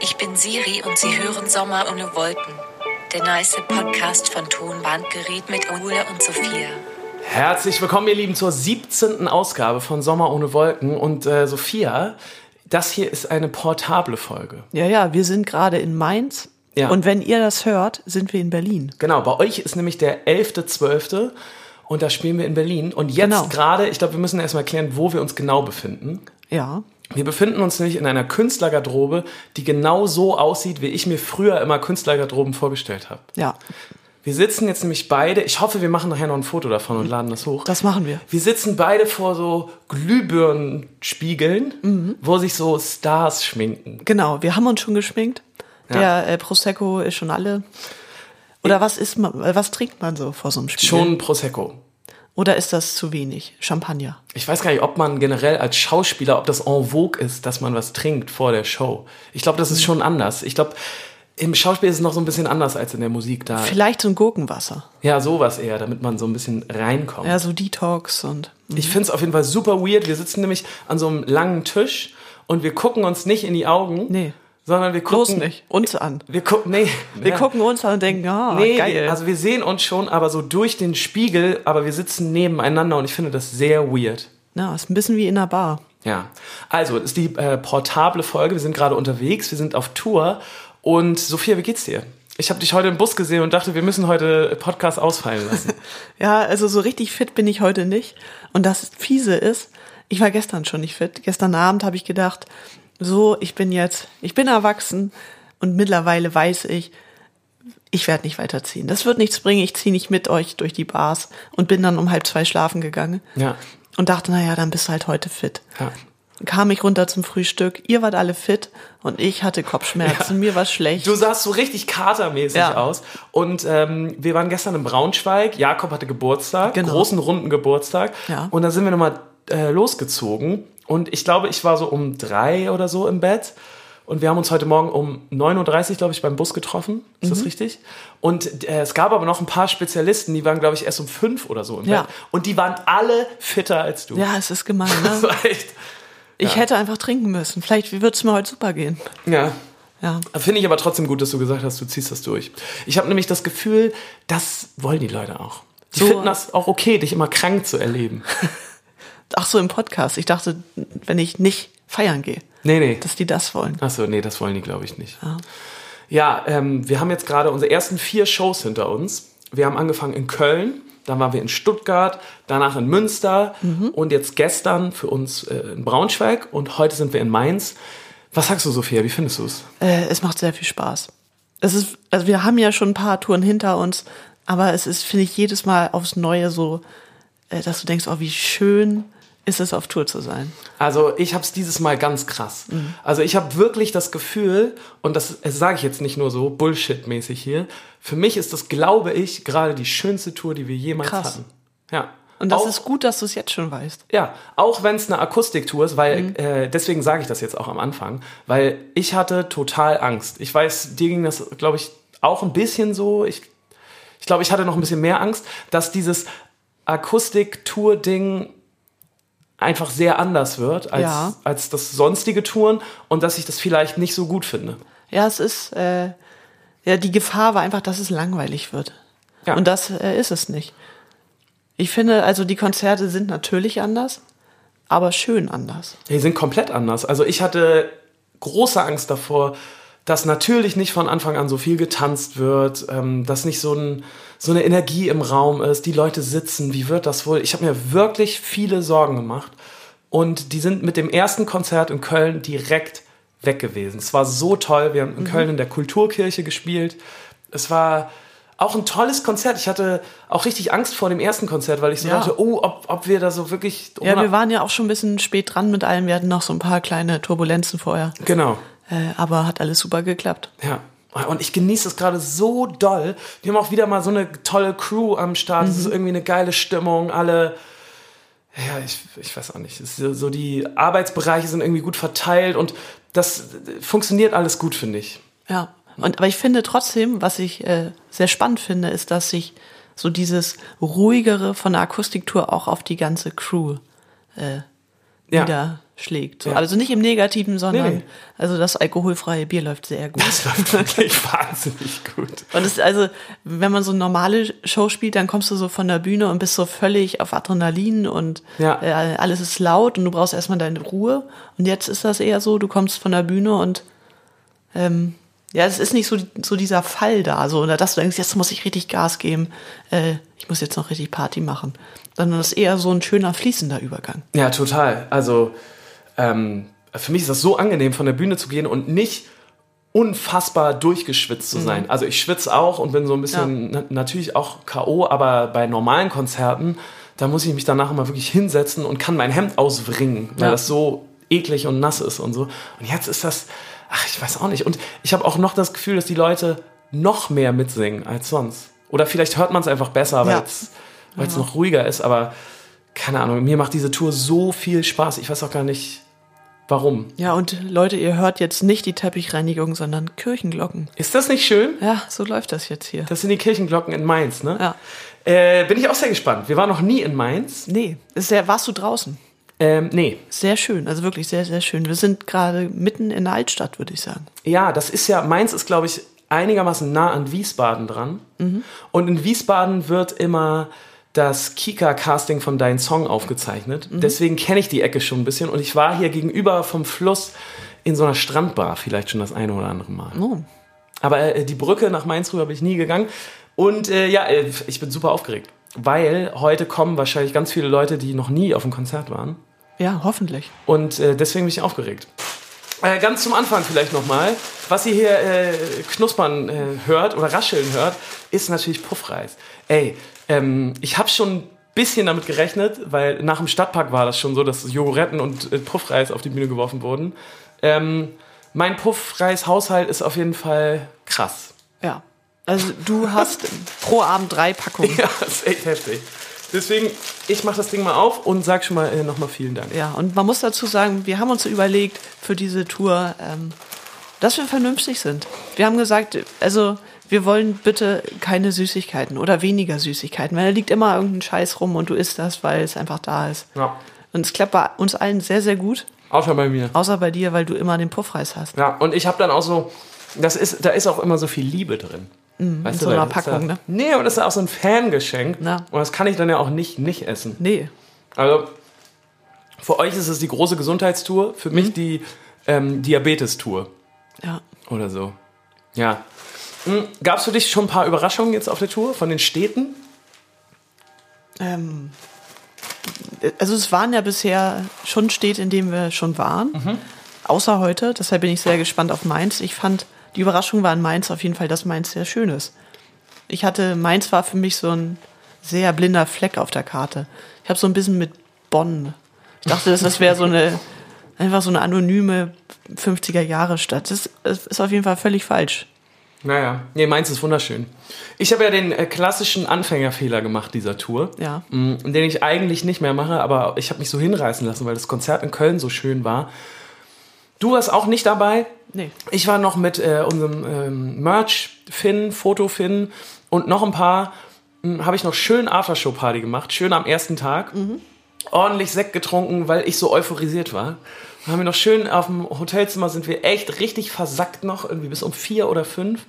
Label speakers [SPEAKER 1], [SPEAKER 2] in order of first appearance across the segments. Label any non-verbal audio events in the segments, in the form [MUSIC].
[SPEAKER 1] Ich bin Siri und Sie hören Sommer ohne Wolken. Der nice Podcast von Tonbandgerät mit Ole und Sophia.
[SPEAKER 2] Herzlich willkommen, ihr Lieben, zur 17. Ausgabe von Sommer ohne Wolken. Und äh, Sophia, das hier ist eine portable Folge.
[SPEAKER 3] Ja, ja, wir sind gerade in Mainz.
[SPEAKER 2] Ja.
[SPEAKER 3] Und wenn ihr das hört, sind wir in Berlin.
[SPEAKER 2] Genau, bei euch ist nämlich der 11.12. und da spielen wir in Berlin. Und jetzt
[SPEAKER 3] Genau.
[SPEAKER 2] gerade, ich glaube, wir müssen erstmal klären, wo wir uns genau befinden.
[SPEAKER 3] Ja.
[SPEAKER 2] Wir befinden uns nämlich in einer Künstlergarderobe, die genau so aussieht, wie ich mir früher immer Künstlergarderoben vorgestellt habe.
[SPEAKER 3] Ja.
[SPEAKER 2] Wir sitzen jetzt nämlich beide, ich hoffe, wir machen nachher noch ein Foto davon und laden das hoch.
[SPEAKER 3] Das machen wir.
[SPEAKER 2] Wir sitzen beide vor so Glühbirnenspiegeln, wo sich so Stars schminken.
[SPEAKER 3] Genau, wir haben uns schon geschminkt.
[SPEAKER 2] Ja.
[SPEAKER 3] Der äh, Prosecco ist schon alle. Oder was ist man, äh, was trinkt man so vor so einem Spiel?
[SPEAKER 2] Schon Prosecco.
[SPEAKER 3] Oder ist das zu wenig? Champagner.
[SPEAKER 2] Ich weiß gar nicht, ob man generell als Schauspieler, ob das en vogue ist, dass man was trinkt vor der Show. Ich glaube,
[SPEAKER 3] Mhm.
[SPEAKER 2] das ist schon anders. Ich glaube, im Schauspiel ist es noch so ein bisschen anders als in der Musik da.
[SPEAKER 3] Vielleicht so ein Gurkenwasser.
[SPEAKER 2] Ja, sowas eher, damit man so ein bisschen reinkommt.
[SPEAKER 3] Ja, so Detox und.
[SPEAKER 2] Ich finde es auf jeden Fall super weird. Wir sitzen nämlich an so einem langen Tisch und wir gucken uns nicht in die Augen,
[SPEAKER 3] Nee.
[SPEAKER 2] sondern wir gucken
[SPEAKER 3] Bloß nicht. Uns an.
[SPEAKER 2] Wir gucken, nee,
[SPEAKER 3] Wir gucken uns an und denken, ah,
[SPEAKER 2] nee,
[SPEAKER 3] geil.
[SPEAKER 2] also wir sehen uns schon, aber so durch den Spiegel, aber wir sitzen nebeneinander und ich finde das sehr weird.
[SPEAKER 3] Na, ist ein bisschen wie in einer Bar.
[SPEAKER 2] Ja. Also, es ist die äh, portable Folge. Wir sind gerade unterwegs, wir sind auf Tour. Und Sophia, wie geht's dir? Ich habe dich heute im Bus gesehen und dachte, wir müssen heute Podcast ausfallen
[SPEAKER 3] [LAUGHS]
[SPEAKER 2] lassen.
[SPEAKER 3] Ja, also so richtig fit bin ich heute nicht. Und das Fiese ist, ich war gestern schon nicht fit. Gestern Abend habe ich gedacht, so, ich bin jetzt, ich bin erwachsen und mittlerweile weiß ich, ich werde nicht weiterziehen. Das wird nichts bringen, ich ziehe nicht mit euch durch die Bars und bin dann um halb zwei schlafen gegangen
[SPEAKER 2] ja.
[SPEAKER 3] und dachte, naja, dann bist du halt heute fit.
[SPEAKER 2] ja.
[SPEAKER 3] Kam ich runter zum Frühstück, ihr wart alle fit und ich hatte Kopfschmerzen, mir war schlecht.
[SPEAKER 2] Du sahst so richtig katermäßig
[SPEAKER 3] Ja.
[SPEAKER 2] aus. Und ähm, wir waren gestern in Braunschweig. Jakob hatte Geburtstag,
[SPEAKER 3] Genau.
[SPEAKER 2] großen runden Geburtstag.
[SPEAKER 3] Ja.
[SPEAKER 2] Und dann sind wir nochmal äh, losgezogen. Und ich glaube, ich war so um drei oder so im Bett. Und wir haben uns heute Morgen um 9.30 Uhr, glaube ich, beim Bus getroffen. Ist
[SPEAKER 3] Mhm.
[SPEAKER 2] das richtig? Und äh, es gab aber noch ein paar Spezialisten, die waren, glaube ich, erst um fünf oder so im
[SPEAKER 3] Ja.
[SPEAKER 2] Bett. Und die waren alle fitter als du.
[SPEAKER 3] ja, es ist gemein,
[SPEAKER 2] [LAUGHS] Das
[SPEAKER 3] ne?
[SPEAKER 2] war echt.
[SPEAKER 3] Ich hätte einfach trinken müssen. Vielleicht wird es mir heute super gehen.
[SPEAKER 2] Ja.
[SPEAKER 3] Ja.
[SPEAKER 2] Finde ich aber trotzdem gut, dass du gesagt hast, du ziehst das durch. Ich habe nämlich das Gefühl, das wollen die Leute auch. Die
[SPEAKER 3] So.
[SPEAKER 2] finden das auch okay, dich immer krank zu erleben.
[SPEAKER 3] Ach so, im Podcast. Ich dachte, wenn ich nicht feiern gehe,
[SPEAKER 2] Nee, nee.
[SPEAKER 3] dass die das Ah. wollen.
[SPEAKER 2] Achso, nee, das wollen die, glaube ich, nicht. Ja, ähm, wir haben jetzt gerade unsere ersten vier Shows hinter uns. Wir haben angefangen in Köln, dann waren wir in Stuttgart, danach in Münster
[SPEAKER 3] Mhm.
[SPEAKER 2] und jetzt gestern für uns äh, in Braunschweig und heute sind wir in Mainz. Was sagst du, Sophia? Wie findest du es?
[SPEAKER 3] Äh, es macht sehr viel Spaß. Es ist, also wir haben ja schon ein paar Touren hinter uns, aber es ist, finde ich, jedes Mal aufs Neue so, äh, dass du denkst, oh, wie schön ist es, auf Tour zu sein.
[SPEAKER 2] Also ich habe es dieses Mal ganz krass. Also ich habe wirklich das Gefühl, und das sage ich jetzt nicht nur so Bullshit-mäßig hier, für mich ist das, glaube ich, gerade die schönste Tour, die wir jemals
[SPEAKER 3] Krass.
[SPEAKER 2] hatten. Ja.
[SPEAKER 3] Und das
[SPEAKER 2] auch,
[SPEAKER 3] ist gut, dass du es jetzt schon weißt.
[SPEAKER 2] Ja, auch wenn es eine Akustiktour ist, weil, äh, deswegen sage ich das jetzt auch am Anfang, weil ich hatte total Angst. Ich weiß, dir ging das, glaube ich, auch ein bisschen so. Ich, ich glaube, ich hatte noch ein bisschen mehr Angst, dass dieses Akustik-Tour-Ding einfach sehr anders wird als,
[SPEAKER 3] Ja.
[SPEAKER 2] als das sonstige Touren und dass ich das vielleicht nicht so gut finde.
[SPEAKER 3] Ja, es ist, äh, ja, die Gefahr war einfach, dass es langweilig wird.
[SPEAKER 2] Ja.
[SPEAKER 3] Und das äh, ist es nicht. Ich finde, also die Konzerte sind natürlich anders, aber schön anders.
[SPEAKER 2] Die sind komplett anders. Also ich hatte große Angst davor, dass natürlich nicht von Anfang an so viel getanzt wird, ähm, dass nicht so, ein, so eine Energie im Raum ist, die Leute sitzen, wie wird das wohl? Ich habe mir wirklich viele Sorgen gemacht und die sind mit dem ersten Konzert in Köln direkt weg gewesen. Es war so toll, wir haben
[SPEAKER 3] Mhm.
[SPEAKER 2] in Köln in der Kulturkirche gespielt. Es war auch ein tolles Konzert. Ich hatte auch richtig Angst vor dem ersten Konzert, weil ich so
[SPEAKER 3] Ja.
[SPEAKER 2] dachte, oh, ob, ob wir da so wirklich...
[SPEAKER 3] Ja, wir waren ja auch schon ein bisschen spät dran mit allem. Wir hatten noch so ein paar kleine Turbulenzen vorher.
[SPEAKER 2] genau.
[SPEAKER 3] Äh, aber hat alles super geklappt.
[SPEAKER 2] Ja. Und ich genieße es gerade so doll. Wir haben auch wieder mal so eine tolle Crew am Start. Es ist irgendwie eine geile Stimmung. Alle, ja, ich, ich weiß auch nicht. Es ist so- so die Arbeitsbereiche sind irgendwie gut verteilt und das äh, funktioniert alles gut, finde ich.
[SPEAKER 3] Ja. Und, aber ich finde trotzdem, was ich äh, sehr spannend finde, ist, dass sich so dieses ruhigere von der Akustiktour auch auf die ganze Crew
[SPEAKER 2] Ja.
[SPEAKER 3] wieder schlägt. So.
[SPEAKER 2] Ja.
[SPEAKER 3] Also nicht im Negativen, sondern
[SPEAKER 2] Nee.
[SPEAKER 3] also das alkoholfreie Bier läuft sehr gut.
[SPEAKER 2] Das läuft wirklich [LAUGHS] wahnsinnig gut.
[SPEAKER 3] Und es ist also, wenn man so eine normale Show spielt, dann kommst du so von der Bühne und bist so völlig auf Adrenalin und
[SPEAKER 2] Ja.
[SPEAKER 3] äh, alles ist laut und du brauchst erstmal deine Ruhe. Und jetzt ist das eher so, du kommst von der Bühne und ähm, ja, es ist nicht so, so dieser Fall da, so, oder dass du denkst, jetzt muss ich richtig Gas geben, äh, ich muss jetzt noch richtig Party machen. Sondern es ist eher so ein schöner fließender Übergang.
[SPEAKER 2] Ja, total. Also ähm, für mich ist das so angenehm, von der Bühne zu gehen und nicht unfassbar durchgeschwitzt zu sein. Also ich schwitze auch und bin so ein bisschen na natürlich auch KO, aber bei normalen Konzerten, da muss ich mich danach immer wirklich hinsetzen und kann mein Hemd auswringen, weil
[SPEAKER 3] Ja.
[SPEAKER 2] das so eklig und nass ist und so. Und jetzt ist das, ach, ich weiß auch nicht. Und ich habe auch noch das Gefühl, dass die Leute noch mehr mitsingen als sonst. Oder vielleicht hört man es einfach besser, weil
[SPEAKER 3] Ja.
[SPEAKER 2] es weil's noch ruhiger ist, aber keine Ahnung, mir macht diese Tour so viel Spaß. Ich weiß auch gar nicht, warum.
[SPEAKER 3] Ja, und Leute, ihr hört jetzt nicht die Teppichreinigung, sondern Kirchenglocken.
[SPEAKER 2] Ist das nicht schön?
[SPEAKER 3] Ja, so läuft das jetzt hier.
[SPEAKER 2] Das sind die Kirchenglocken in Mainz, ne?
[SPEAKER 3] Ja.
[SPEAKER 2] Äh, bin ich auch sehr gespannt. Wir waren noch nie in Mainz.
[SPEAKER 3] Nee, ist sehr, warst du draußen?
[SPEAKER 2] Ähm, nee.
[SPEAKER 3] Sehr schön, also wirklich sehr, sehr schön. Wir sind gerade mitten in der Altstadt, würde ich sagen.
[SPEAKER 2] Ja, das ist ja, Mainz ist, glaube ich, einigermaßen nah an Wiesbaden dran.
[SPEAKER 3] Mhm.
[SPEAKER 2] Und in Wiesbaden wird immer das Kika-Casting von Dein Song aufgezeichnet.
[SPEAKER 3] Mhm.
[SPEAKER 2] Deswegen kenne ich die Ecke schon ein bisschen. Und ich war hier gegenüber vom Fluss in so einer Strandbar vielleicht schon das eine oder andere
[SPEAKER 3] Oh.
[SPEAKER 2] Mal. Aber äh, die Brücke nach Mainz rüber bin ich nie gegangen. Und äh, ja, äh, ich bin super aufgeregt. Weil heute kommen wahrscheinlich ganz viele Leute, die noch nie auf einem Konzert waren.
[SPEAKER 3] Ja, hoffentlich.
[SPEAKER 2] Und äh, deswegen bin ich aufgeregt. Äh, ganz zum Anfang vielleicht nochmal. Was ihr hier äh, knuspern äh, hört oder rascheln hört, ist natürlich Puffreis. Ey, ähm, ich habe schon ein bisschen damit gerechnet, weil nach dem Stadtpark war das schon so, dass Jogoretten und äh, Puffreis auf die Bühne geworfen wurden. Ähm, mein Puffreis-Haushalt ist auf jeden Fall krass.
[SPEAKER 3] Ja. Also du hast pro Abend drei Packungen. Ja.
[SPEAKER 2] Ja, [LAUGHS] ist echt heftig. Deswegen, ich mache das Ding mal auf und sag schon mal äh, nochmal vielen Dank.
[SPEAKER 3] und man muss dazu sagen, wir haben uns überlegt für diese Tour, ähm, dass wir vernünftig sind. Wir haben gesagt, also wir wollen bitte keine Süßigkeiten oder weniger Süßigkeiten, weil da liegt immer irgendein Scheiß rum und du isst das, weil es einfach da ist.
[SPEAKER 2] Ja.
[SPEAKER 3] Und es klappt bei uns allen sehr, sehr gut,
[SPEAKER 2] Außer bei mir.
[SPEAKER 3] außer bei dir, weil du immer den Puffreis hast.
[SPEAKER 2] Ja, und ich habe dann auch so, das ist, da ist auch immer so viel Liebe drin. weißt
[SPEAKER 3] Mhm, in so einer
[SPEAKER 2] weil das ist
[SPEAKER 3] Packung,
[SPEAKER 2] ja,
[SPEAKER 3] ne?
[SPEAKER 2] Nee, und das ist auch so ein Fangeschenk.
[SPEAKER 3] Na.
[SPEAKER 2] Und das kann ich dann ja auch nicht nicht essen.
[SPEAKER 3] Nee,
[SPEAKER 2] Also, für euch ist es die große Gesundheitstour, für
[SPEAKER 3] Mhm.
[SPEAKER 2] mich die ähm, Diabetes-Tour
[SPEAKER 3] ja.
[SPEAKER 2] oder so. Ja. Mhm. Gab es für dich schon ein paar Überraschungen jetzt auf der Tour von den Städten?
[SPEAKER 3] Ähm, also es waren ja bisher schon Städte, in denen wir schon waren, außer heute. Deshalb bin ich sehr gespannt auf Mainz. Ich fand, die Überraschung war in Mainz auf jeden Fall, dass Mainz sehr schön ist. Ich hatte, Mainz war für mich so ein sehr blinder Fleck auf der Karte. Ich habe so ein bisschen mit Bonn. Ich dachte, das, das wäre so eine, einfach so eine anonyme 50er-Jahre-Stadt. Das, das ist auf jeden Fall völlig falsch.
[SPEAKER 2] Naja, nee, Mainz ist wunderschön. Ich habe ja den äh, klassischen Anfängerfehler gemacht dieser Tour.
[SPEAKER 3] Ja.
[SPEAKER 2] Mm, Den ich eigentlich nicht mehr mache, aber ich habe mich so hinreißen lassen, weil das Konzert in Köln so schön war. Du warst auch nicht dabei.
[SPEAKER 3] Nee.
[SPEAKER 2] Ich war noch mit äh, unserem ähm, Merch-Finn, Foto-Finn und noch ein paar. mm, Habe ich noch schön Aftershow-Party gemacht, schön am ersten Tag. Ordentlich Sekt getrunken, weil ich so euphorisiert war. Dann haben wir noch schön auf dem Hotelzimmer sind wir echt richtig versackt noch, irgendwie bis um vier oder fünf.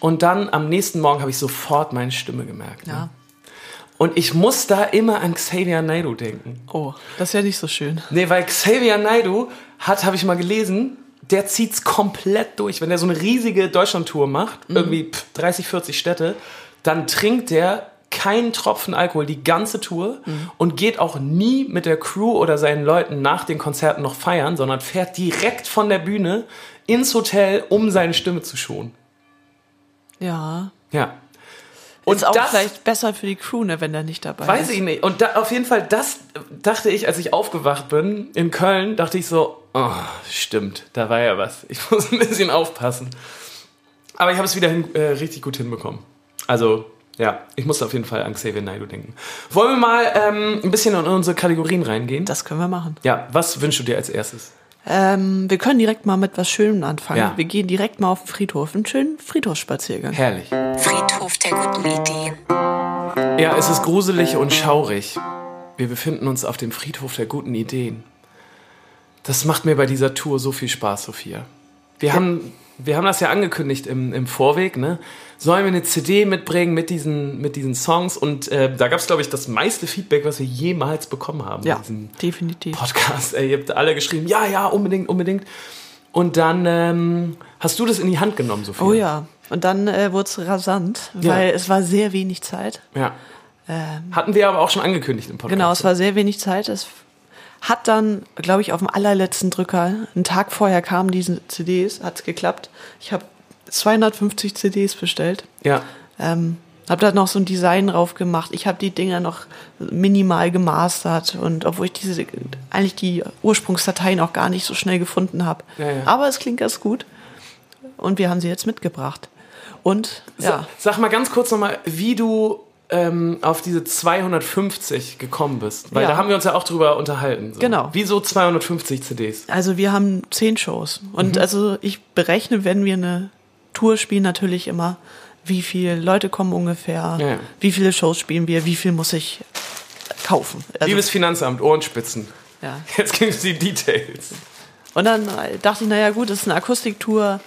[SPEAKER 2] Und dann am nächsten Morgen habe ich sofort meine Stimme gemerkt. ne?
[SPEAKER 3] Ja.
[SPEAKER 2] Und ich muss da immer an Xavier Naidoo denken.
[SPEAKER 3] Oh, das ist ja nicht so schön.
[SPEAKER 2] Nee, weil Xavier Naidoo hat, habe ich mal gelesen, der zieht's komplett durch. Wenn er so eine riesige Deutschlandtour macht,
[SPEAKER 3] Mhm.
[SPEAKER 2] irgendwie pff, 30, 40 Städte, dann trinkt der keinen Tropfen Alkohol die ganze Tour
[SPEAKER 3] Mhm.
[SPEAKER 2] und geht auch nie mit der Crew oder seinen Leuten nach den Konzerten noch feiern, sondern fährt direkt von der Bühne ins Hotel, um seine Stimme zu schonen.
[SPEAKER 3] Ja.
[SPEAKER 2] Ja.
[SPEAKER 3] Und ist auch vielleicht besser für die Crew, ne, wenn der nicht dabei
[SPEAKER 2] Weiß
[SPEAKER 3] ist.
[SPEAKER 2] ich nicht. Und da, auf jeden Fall, das dachte ich, als ich aufgewacht bin in Köln, dachte ich so, oh, stimmt, da war ja was. Ich [LAUGHS] muss ein bisschen aufpassen. Aber ich habe es wieder hin, äh, richtig gut hinbekommen. Also, ja, ich musste auf jeden Fall an Xavier Naidoo denken. Wollen wir mal ähm, ein bisschen in unsere Kategorien reingehen?
[SPEAKER 3] Das können wir machen.
[SPEAKER 2] Ja, was wünschst du dir als erstes?
[SPEAKER 3] Ähm, wir können direkt mal mit was Schönem anfangen.
[SPEAKER 2] Ja.
[SPEAKER 3] Wir gehen direkt mal auf den Friedhof, einen schönen Friedhofsspaziergang.
[SPEAKER 2] Herrlich.
[SPEAKER 1] Friedhof der guten Ideen.
[SPEAKER 2] Ja, es ist gruselig und schaurig. Wir befinden uns auf dem Friedhof der guten Ideen. Das macht mir bei dieser Tour so viel Spaß, Sophia. Wir haben, wir haben das ja angekündigt im, im Vorweg, ne? Sollen wir eine CD mitbringen mit diesen, mit diesen Songs? Und äh, da gab es, glaube ich, das meiste Feedback, was wir jemals bekommen haben.
[SPEAKER 3] Ja,
[SPEAKER 2] bei diesem
[SPEAKER 3] definitiv.
[SPEAKER 2] Podcast. Ey, ihr habt alle geschrieben, ja, ja, unbedingt, unbedingt. Und dann ähm, hast du das in die Hand genommen, Sophia.
[SPEAKER 3] Oh ja. Und dann äh, wurde es rasant,
[SPEAKER 2] Ja.
[SPEAKER 3] weil es war sehr wenig Zeit.
[SPEAKER 2] Ja. Hatten wir aber auch schon angekündigt im Podcast.
[SPEAKER 3] Ähm. Genau, es war sehr wenig Zeit. Es hat dann, glaube ich, auf dem allerletzten Drücker, einen Tag vorher kamen diese CDs, hat es geklappt. Ich habe 250 CDs bestellt.
[SPEAKER 2] Ja.
[SPEAKER 3] Ähm, habe da noch so ein Design drauf gemacht. Ich habe die Dinger noch minimal gemastert und obwohl ich diese eigentlich die Ursprungsdateien auch gar nicht so schnell gefunden habe.
[SPEAKER 2] Ja, ja.
[SPEAKER 3] Aber es klingt ganz gut und wir haben sie jetzt mitgebracht. Und ja,
[SPEAKER 2] Sa- Sag mal ganz kurz nochmal, wie du ähm, auf diese 250 gekommen bist. Weil
[SPEAKER 3] Ja.
[SPEAKER 2] da haben wir uns ja auch drüber unterhalten. So.
[SPEAKER 3] Genau.
[SPEAKER 2] Wieso 250 CDs?
[SPEAKER 3] also wir haben zehn Shows
[SPEAKER 2] Mhm.
[SPEAKER 3] und also ich berechne, wenn wir eine Tour spielen, natürlich immer, wie viele Leute kommen ungefähr,
[SPEAKER 2] Ja, ja.
[SPEAKER 3] wie viele Shows spielen wir, wie viel muss ich kaufen. Also,
[SPEAKER 2] Liebes Finanzamt, Ohrenspitzen. [LAUGHS]
[SPEAKER 3] ja.
[SPEAKER 2] Jetzt gibt es die Details.
[SPEAKER 3] Und dann äh, dachte ich, naja gut, das ist eine Akustiktour.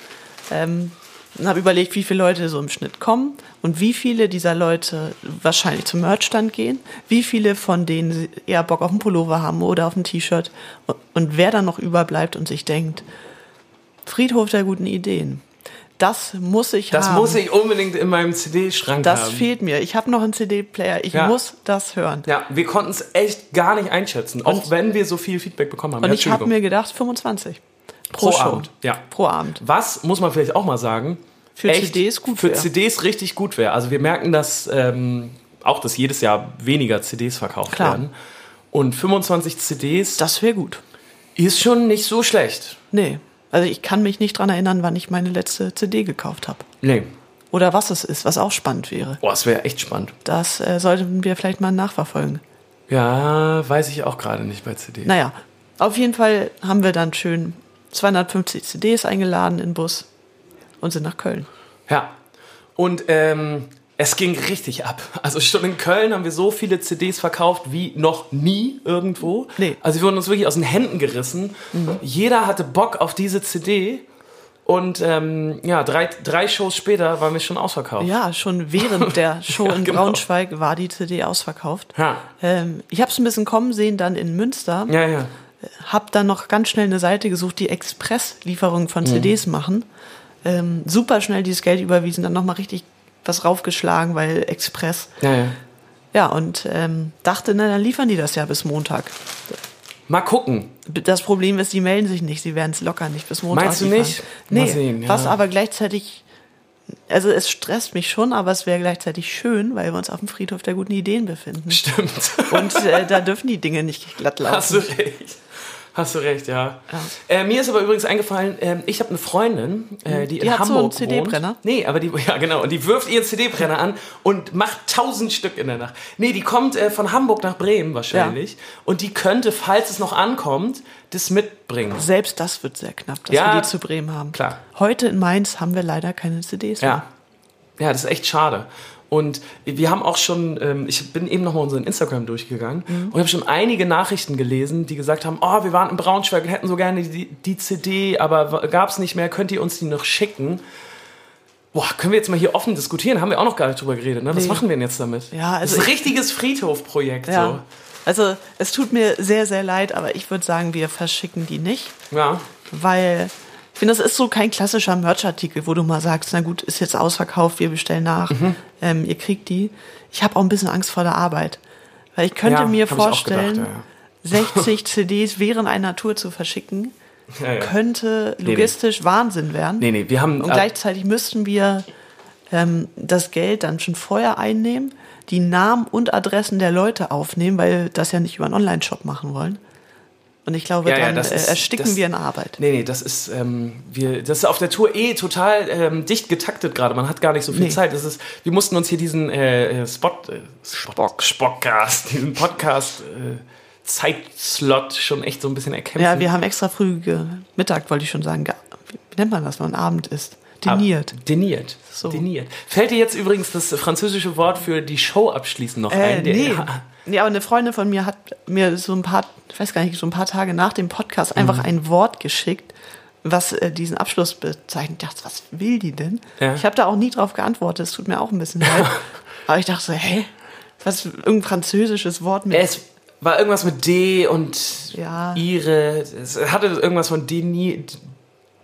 [SPEAKER 3] Ähm, und habe überlegt, wie viele Leute so im Schnitt kommen und wie viele dieser Leute wahrscheinlich zum Merchstand gehen, wie viele von denen eher Bock auf einen Pullover haben oder auf ein T-Shirt und, und wer dann noch überbleibt und sich denkt, Friedhof der guten Ideen. Das muss ich
[SPEAKER 2] Das
[SPEAKER 3] haben.
[SPEAKER 2] muss ich unbedingt in meinem CD-Schrank
[SPEAKER 3] Das
[SPEAKER 2] haben.
[SPEAKER 3] fehlt mir. Ich habe noch einen CD-Player. Ich
[SPEAKER 2] Ja.
[SPEAKER 3] muss das hören.
[SPEAKER 2] Ja, wir konnten es echt gar nicht einschätzen, auch
[SPEAKER 3] Und-
[SPEAKER 2] wenn wir so viel Feedback bekommen haben.
[SPEAKER 3] Und
[SPEAKER 2] ja,
[SPEAKER 3] ich habe
[SPEAKER 2] Entschuldigung.
[SPEAKER 3] mir gedacht, 25 pro,
[SPEAKER 2] Pro
[SPEAKER 3] Show.
[SPEAKER 2] Abend, ja.
[SPEAKER 3] Pro Abend.
[SPEAKER 2] Was, muss man vielleicht auch mal sagen,
[SPEAKER 3] Für CDs gut
[SPEAKER 2] für
[SPEAKER 3] wär.
[SPEAKER 2] CDs richtig gut wäre. Also wir merken, dass ähm, auch, dass jedes Jahr weniger CDs verkauft
[SPEAKER 3] Klar.
[SPEAKER 2] werden. Und 25 CDs
[SPEAKER 3] Das wäre gut.
[SPEAKER 2] ist schon nicht so schlecht.
[SPEAKER 3] Nee. Also ich kann mich nicht dran erinnern, wann ich meine letzte CD gekauft habe.
[SPEAKER 2] Nee.
[SPEAKER 3] Oder was es ist, was auch spannend wäre.
[SPEAKER 2] Boah, das wäre Oh, echt spannend.
[SPEAKER 3] Das äh, sollten wir vielleicht mal nachverfolgen.
[SPEAKER 2] Ja, weiß ich auch gerade nicht bei CDs.
[SPEAKER 3] Naja, auf jeden Fall haben wir dann schön 250 CDs eingeladen in den Bus und sind nach Köln.
[SPEAKER 2] Ja. Und ähm, es ging richtig ab. Also schon in Köln haben wir so viele CDs verkauft wie noch nie irgendwo.
[SPEAKER 3] Nee. Mhm.
[SPEAKER 2] Also wir wurden uns wirklich aus den Händen gerissen. Jeder hatte Bock auf diese CD. Und ähm, ja, drei, drei Shows später waren wir schon ausverkauft.
[SPEAKER 3] Ja, schon während der Show
[SPEAKER 2] [LAUGHS] Ja,
[SPEAKER 3] in
[SPEAKER 2] genau.
[SPEAKER 3] Braunschweig war die CD ausverkauft.
[SPEAKER 2] Ja.
[SPEAKER 3] Ähm, ich habe es ein bisschen kommen sehen dann in Münster.
[SPEAKER 2] Ja, ja.
[SPEAKER 3] Hab dann noch ganz schnell eine Seite gesucht, die Expresslieferungen
[SPEAKER 2] Mhm.
[SPEAKER 3] von CDs machen. Ähm, super schnell dieses Geld überwiesen, dann nochmal richtig was raufgeschlagen, weil Express.
[SPEAKER 2] ja, ja.
[SPEAKER 3] Ja, und ähm, dachte, na, dann liefern die das ja bis Montag.
[SPEAKER 2] Mal gucken.
[SPEAKER 3] Das Problem ist, die melden sich nicht, sie werden es locker nicht bis Montag.
[SPEAKER 2] Meinst du
[SPEAKER 3] liefern.
[SPEAKER 2] nicht?
[SPEAKER 3] Nee,
[SPEAKER 2] Mal sehen, ja.
[SPEAKER 3] was aber gleichzeitig, also es stresst mich schon, aber es wäre gleichzeitig schön, weil wir uns auf dem Friedhof der guten Ideen befinden.
[SPEAKER 2] Stimmt.
[SPEAKER 3] Und
[SPEAKER 2] [LAUGHS]
[SPEAKER 3] äh, da dürfen die Dinge nicht glatt laufen.
[SPEAKER 2] Hast du recht. Hast du recht, ja. Äh, mir ist aber übrigens eingefallen, ähm, ich habe eine Freundin, äh, die, in
[SPEAKER 3] Hm. hat so
[SPEAKER 2] Hamburg
[SPEAKER 3] einen
[SPEAKER 2] wohnt.
[SPEAKER 3] CD-Brenner?
[SPEAKER 2] Nee, aber die, [LAUGHS] ja genau, und die wirft ihren CD-Brenner an und macht tausend Stück in der Nacht. Nee, die kommt äh, von Hamburg nach Bremen wahrscheinlich und die könnte, falls es noch ankommt, das mitbringen.
[SPEAKER 3] Selbst das wird sehr knapp, dass
[SPEAKER 2] Ja,
[SPEAKER 3] wir die zu Bremen haben.
[SPEAKER 2] klar.
[SPEAKER 3] Heute in Mainz haben wir leider keine CDs mehr.
[SPEAKER 2] Ja. Ja, das ist echt schade. Und wir haben auch schon, ähm, ich bin eben nochmal unseren Instagram durchgegangen
[SPEAKER 3] Mhm.
[SPEAKER 2] und habe schon einige Nachrichten gelesen, die gesagt haben, oh, wir waren in Braunschweig und hätten so gerne die, die CD, aber gab es nicht mehr, könnt ihr uns die noch schicken? Boah, können wir jetzt mal hier offen diskutieren? Haben wir auch noch gar nicht drüber geredet, ne? Was
[SPEAKER 3] Nee.
[SPEAKER 2] machen wir denn jetzt damit?
[SPEAKER 3] Ja, also
[SPEAKER 2] das ist ein
[SPEAKER 3] ich-
[SPEAKER 2] richtiges Friedhofprojekt.
[SPEAKER 3] Ja. Also es tut mir sehr, sehr leid, aber ich würde sagen, wir verschicken die nicht,
[SPEAKER 2] So. ja.
[SPEAKER 3] weil ich finde, das ist so kein klassischer Merch-Artikel, wo du mal sagst, na gut, ist jetzt ausverkauft, wir bestellen nach,
[SPEAKER 2] Mhm.
[SPEAKER 3] ähm, ihr kriegt die. Ich habe auch ein bisschen Angst vor der Arbeit, weil ich könnte
[SPEAKER 2] Ja,
[SPEAKER 3] mir
[SPEAKER 2] hab ich auch
[SPEAKER 3] vorstellen,
[SPEAKER 2] gedacht, ja,
[SPEAKER 3] 60 [LAUGHS] CDs während einer Tour zu verschicken,
[SPEAKER 2] Ja, ja.
[SPEAKER 3] könnte logistisch Wahnsinn werden.
[SPEAKER 2] Nee, nee, wir haben.
[SPEAKER 3] Und gleichzeitig müssten wir ähm, das Geld dann schon vorher einnehmen, die Namen und Adressen der Leute aufnehmen, weil wir das ja nicht über einen Online-Shop machen wollen. Und ich glaube,
[SPEAKER 2] Ja, ja,
[SPEAKER 3] dann
[SPEAKER 2] das
[SPEAKER 3] äh,
[SPEAKER 2] ist-
[SPEAKER 3] ersticken
[SPEAKER 2] das-
[SPEAKER 3] wir in Arbeit.
[SPEAKER 2] Nee, nee, das ist, ähm, wir, das ist auf der Tour eh total ähm, dicht getaktet gerade. Man hat gar nicht so viel
[SPEAKER 3] Nee.
[SPEAKER 2] Zeit. Das ist, wir mussten uns hier diesen äh, äh, Spot, äh, Spock, Spockcast, diesen Podcast äh, Zeitslot schon echt so ein bisschen erkämpfen.
[SPEAKER 3] Ja, wir haben extra früh ge Mittag, wollte ich schon sagen, ge wie nennt man das, wenn man Abend ist? Deniert.
[SPEAKER 2] Ab, Ah, deniert.
[SPEAKER 3] So.
[SPEAKER 2] Deniert. Fällt dir jetzt übrigens das französische Wort für die Show abschließend noch
[SPEAKER 3] Äh,
[SPEAKER 2] ein? Der- [LAUGHS]
[SPEAKER 3] nee. nee, aber eine Freundin von mir hat mir so ein paar, ich weiß gar nicht, so ein paar Tage nach dem Podcast
[SPEAKER 2] Mhm.
[SPEAKER 3] einfach ein Wort geschickt, was äh, diesen Abschluss bezeichnet. Ich dachte, was will die denn?
[SPEAKER 2] Ja.
[SPEAKER 3] Ich habe da auch nie drauf geantwortet, es tut mir auch ein
[SPEAKER 2] [LAUGHS]
[SPEAKER 3] bisschen leid. aber ich dachte so, hä? Was, irgendein französisches Wort mit.
[SPEAKER 2] Es war irgendwas mit D und
[SPEAKER 3] Ja.
[SPEAKER 2] ihre. Es hatte irgendwas von Deni.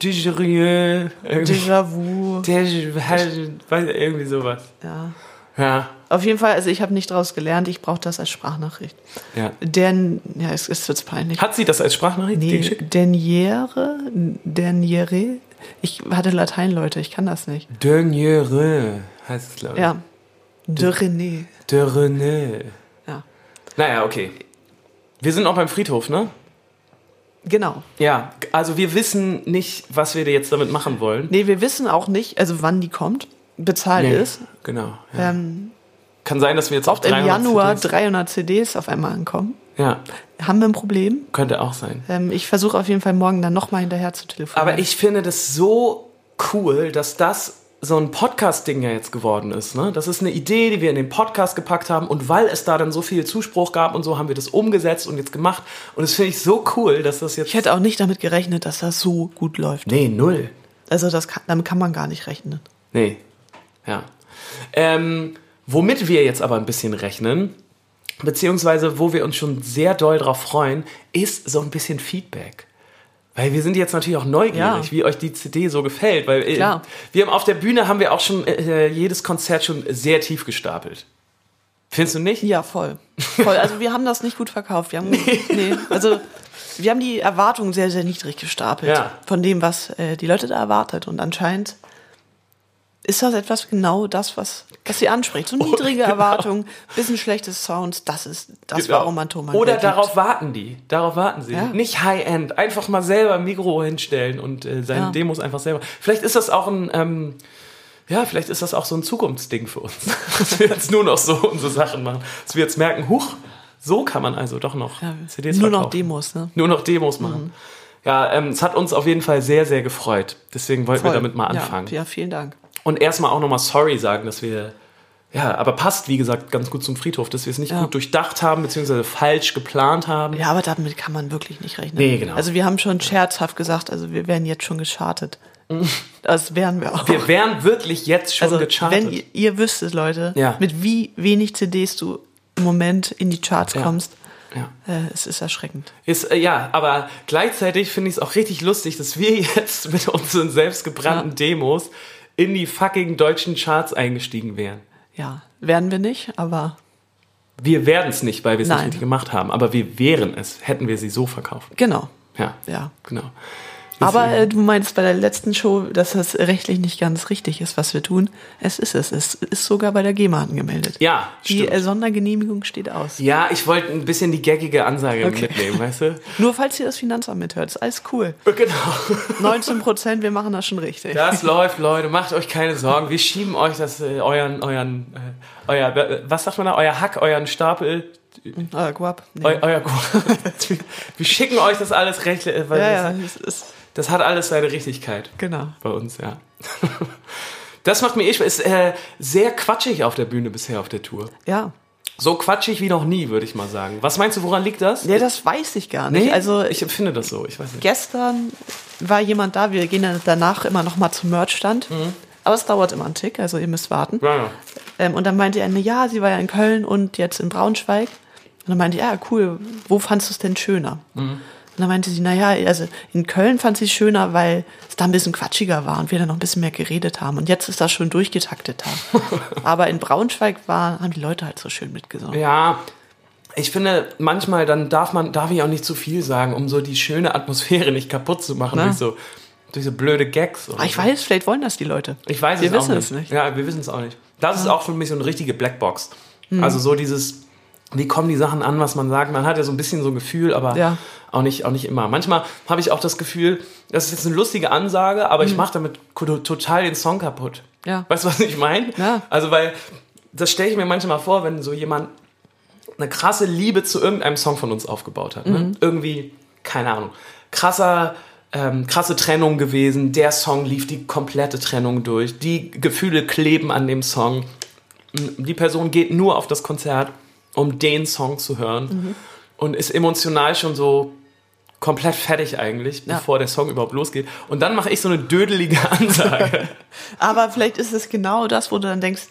[SPEAKER 2] Digerieux. E, Irgendwie,
[SPEAKER 3] Déjà-vu.
[SPEAKER 2] Dej- weiß- irgendwie sowas.
[SPEAKER 3] Ja.
[SPEAKER 2] Ja.
[SPEAKER 3] Auf jeden Fall, also ich habe nicht draus gelernt, ich brauche das als Sprachnachricht.
[SPEAKER 2] ja.
[SPEAKER 3] Denn, ja, es ist jetzt peinlich.
[SPEAKER 2] Hat sie das als Sprachnachricht dir
[SPEAKER 3] Nee,
[SPEAKER 2] geschickt?
[SPEAKER 3] Deniere, Deniere. Ich hatte Latein, Leute, ich kann das nicht.
[SPEAKER 2] Deniere heißt es, glaube ich.
[SPEAKER 3] Ja. De René.
[SPEAKER 2] De René.
[SPEAKER 3] Ja.
[SPEAKER 2] Naja, okay. Wir sind auch beim Friedhof, ne?
[SPEAKER 3] Genau.
[SPEAKER 2] Ja, also wir wissen nicht, was wir jetzt damit machen wollen.
[SPEAKER 3] Nee, wir wissen auch nicht, also wann die kommt, bezahlt
[SPEAKER 2] Nee,
[SPEAKER 3] ist.
[SPEAKER 2] Genau. Ja.
[SPEAKER 3] Ähm,
[SPEAKER 2] Kann sein, dass wir jetzt auf
[SPEAKER 3] oft im
[SPEAKER 2] 300
[SPEAKER 3] Januar
[SPEAKER 2] CDs
[SPEAKER 3] 300 CDs auf einmal ankommen.
[SPEAKER 2] Ja,
[SPEAKER 3] Haben wir ein Problem?
[SPEAKER 2] könnte auch sein.
[SPEAKER 3] Ähm, ich versuche auf jeden Fall morgen dann nochmal hinterher zu telefonieren.
[SPEAKER 2] Aber ich finde das so cool, dass das so ein Podcast-Ding ja jetzt geworden ist. Ne? Das ist eine Idee, die wir in den Podcast gepackt haben. Und weil es da dann so viel Zuspruch gab und so, haben wir das umgesetzt und jetzt gemacht. Und das finde ich so cool, dass das jetzt.
[SPEAKER 3] Ich hätte auch nicht damit gerechnet, dass das so gut läuft.
[SPEAKER 2] nee, null.
[SPEAKER 3] Also das kann, damit kann man gar nicht rechnen.
[SPEAKER 2] Nee. Ja. Ähm, womit wir jetzt aber ein bisschen rechnen, beziehungsweise wo wir uns schon sehr doll drauf freuen, ist so ein bisschen Feedback. Weil wir sind jetzt natürlich auch neugierig,
[SPEAKER 3] Ja.
[SPEAKER 2] wie euch die CD so gefällt. Weil äh,
[SPEAKER 3] Klar.
[SPEAKER 2] wir haben auf der Bühne haben wir auch schon äh, jedes Konzert schon sehr tief gestapelt. Findest du nicht?
[SPEAKER 3] Ja, voll. Voll. Also wir haben das nicht gut verkauft. Wir haben, [LAUGHS] nee, also wir haben die Erwartungen sehr, sehr niedrig gestapelt
[SPEAKER 2] Ja.
[SPEAKER 3] von dem, was äh, die Leute da erwartet. Und anscheinend ist das etwas genau das, was, was sie anspricht.
[SPEAKER 2] Oh,
[SPEAKER 3] So niedrige Erwartungen, bisschen schlechtes Sound, das ist das,
[SPEAKER 2] Genau.
[SPEAKER 3] warum man Thomas
[SPEAKER 2] Oder
[SPEAKER 3] liebt.
[SPEAKER 2] darauf warten die. Darauf warten sie.
[SPEAKER 3] Ja.
[SPEAKER 2] Nicht High-End. Einfach mal selber ein Mikro hinstellen und äh, seine
[SPEAKER 3] Ja.
[SPEAKER 2] Demos einfach selber. Vielleicht ist das auch ein, ähm, ja, vielleicht ist das auch so ein Zukunftsding für uns. [LAUGHS] dass wir jetzt nur noch so unsere Sachen machen. Dass wir jetzt merken, huch, so kann man also doch noch
[SPEAKER 3] Ja,
[SPEAKER 2] CDs
[SPEAKER 3] äh, nur
[SPEAKER 2] verkaufen.
[SPEAKER 3] noch Demos, ne?
[SPEAKER 2] Nur noch Demos machen. Ja, ähm, es hat uns auf jeden Fall sehr, sehr gefreut. Deswegen wollten wir
[SPEAKER 3] Voll.
[SPEAKER 2] damit mal anfangen.
[SPEAKER 3] Ja, ja vielen Dank.
[SPEAKER 2] Und erstmal auch nochmal sorry sagen, dass wir. Ja, aber passt, wie gesagt, ganz gut zum Friedhof, dass wir es nicht
[SPEAKER 3] Ja.
[SPEAKER 2] gut durchdacht haben, beziehungsweise falsch geplant haben.
[SPEAKER 3] Ja, aber damit kann man wirklich nicht rechnen.
[SPEAKER 2] Nee, genau.
[SPEAKER 3] Also wir haben schon scherzhaft gesagt, also wir wären jetzt schon geschartet. Das wären wir auch.
[SPEAKER 2] Mhm. Wir wären wirklich jetzt schon
[SPEAKER 3] also,
[SPEAKER 2] gechartet.
[SPEAKER 3] Wenn ihr, ihr wüsstet, Leute,
[SPEAKER 2] Ja.
[SPEAKER 3] mit wie wenig CDs du im Moment in die Charts kommst,
[SPEAKER 2] ja.
[SPEAKER 3] äh, es ist erschreckend.
[SPEAKER 2] Ist, äh, ja, aber gleichzeitig finde ich es auch richtig lustig, dass wir [LAUGHS] jetzt mit unseren selbstgebrannten
[SPEAKER 3] Ja.
[SPEAKER 2] Demos in die fucking deutschen Charts eingestiegen wären.
[SPEAKER 3] Ja, werden wir nicht, aber
[SPEAKER 2] Wir werden es nicht, weil wir es nicht
[SPEAKER 3] Nein.
[SPEAKER 2] richtig gemacht haben, aber wir wären es, hätten wir sie so verkauft.
[SPEAKER 3] genau.
[SPEAKER 2] Ja,
[SPEAKER 3] Ja.
[SPEAKER 2] genau.
[SPEAKER 3] Aber
[SPEAKER 2] Deswegen-
[SPEAKER 3] äh, du meinst bei der letzten Show, dass das rechtlich nicht ganz richtig ist, was wir tun. Es ist es. Es ist sogar bei der GEMA angemeldet.
[SPEAKER 2] ja,
[SPEAKER 3] Die
[SPEAKER 2] stimmt.
[SPEAKER 3] äh, Sondergenehmigung steht aus.
[SPEAKER 2] ja, ich wollte ein bisschen die gaggige Ansage
[SPEAKER 3] Okay.
[SPEAKER 2] mitnehmen, weißt
[SPEAKER 3] [LAUGHS]
[SPEAKER 2] du?
[SPEAKER 3] Nur falls ihr das Finanzamt mithört, ist alles
[SPEAKER 2] [LAUGHS]
[SPEAKER 3] cool.
[SPEAKER 2] Genau.
[SPEAKER 3] 19 Prozent, wir machen das schon richtig.
[SPEAKER 2] Das läuft, Leute. Macht euch keine Sorgen. Wir schieben euch das, äh, euren, euren, äh, euer, äh, was sagt man da? Euer Hack, euren Stapel,
[SPEAKER 3] Ah, Guap. Nee.
[SPEAKER 2] eu, euer Gurken. [LAUGHS] Wir schicken euch das alles recht, äh, weil
[SPEAKER 3] ja, ja,
[SPEAKER 2] das,
[SPEAKER 3] es ist,
[SPEAKER 2] das hat alles seine Richtigkeit
[SPEAKER 3] genau.
[SPEAKER 2] bei uns, ja. [LAUGHS] Das macht mir eh Spaß. Ist äh, sehr quatschig auf der Bühne bisher auf der Tour.
[SPEAKER 3] Ja.
[SPEAKER 2] So quatschig wie noch nie, würde ich mal sagen. Was meinst du, woran liegt das?
[SPEAKER 3] Ja, das weiß ich gar nicht. also
[SPEAKER 2] ich empfinde das so. Ich weiß nicht.
[SPEAKER 3] gestern war jemand da, wir gehen dann danach immer noch mal zum Merchstand. Aber es dauert immer einen Tick, also ihr müsst warten.
[SPEAKER 2] Mhm. Ja, ja.
[SPEAKER 3] Ähm, und dann meinte er, ja, sie war ja in Köln und jetzt in Braunschweig. Und dann meinte ich, ja, cool, wo fandst du es denn schöner?
[SPEAKER 2] Mhm.
[SPEAKER 3] Und dann meinte sie, naja, also in Köln fand sie es schöner, weil es da ein bisschen quatschiger war und wir dann noch ein bisschen mehr geredet haben. Und jetzt ist das schon durchgetakteter.
[SPEAKER 2] [LAUGHS]
[SPEAKER 3] Aber in Braunschweig war, haben die Leute halt so schön mitgesungen.
[SPEAKER 2] Ja, ich finde, manchmal dann darf man, darf ich auch nicht zu viel sagen, um so die schöne Atmosphäre nicht kaputt zu machen
[SPEAKER 3] Na?
[SPEAKER 2] durch so, durch so blöde Gags. Oder
[SPEAKER 3] Aber Ah, ich
[SPEAKER 2] so.
[SPEAKER 3] weiß, vielleicht wollen das die Leute.
[SPEAKER 2] ich weiß
[SPEAKER 3] wir
[SPEAKER 2] es auch
[SPEAKER 3] wissen
[SPEAKER 2] nicht.
[SPEAKER 3] es nicht.
[SPEAKER 2] Ja, wir wissen es auch nicht. Das ist auch für mich so eine richtige Blackbox.
[SPEAKER 3] Hm.
[SPEAKER 2] Also so dieses, wie kommen die Sachen an, was man sagt. Man hat ja so ein bisschen so ein Gefühl, aber
[SPEAKER 3] Ja.
[SPEAKER 2] auch, nicht, auch nicht immer. Manchmal habe ich auch das Gefühl, das ist jetzt eine lustige Ansage, aber ich mache damit ko- total den Song kaputt.
[SPEAKER 3] Hm. Ja.
[SPEAKER 2] Weißt du, was ich meine?
[SPEAKER 3] Ja.
[SPEAKER 2] Also weil, das stelle ich mir manchmal vor, wenn so jemand eine
[SPEAKER 3] Mhm.
[SPEAKER 2] krasse Liebe zu irgendeinem Song von uns aufgebaut hat. Ne? Irgendwie, keine Ahnung, krasser ähm, krasse Trennung gewesen. Der Song lief die komplette Trennung durch. Die Gefühle kleben an dem Song. Die Person geht nur auf das Konzert, um den Song zu hören
[SPEAKER 3] Mhm.
[SPEAKER 2] und ist emotional schon so komplett fertig eigentlich,
[SPEAKER 3] Ja.
[SPEAKER 2] bevor der Song überhaupt losgeht. Und dann mache ich so eine dödelige [LAUGHS]
[SPEAKER 3] [LAUGHS]
[SPEAKER 2] Ansage.
[SPEAKER 3] Aber vielleicht ist es genau das, wo du dann denkst,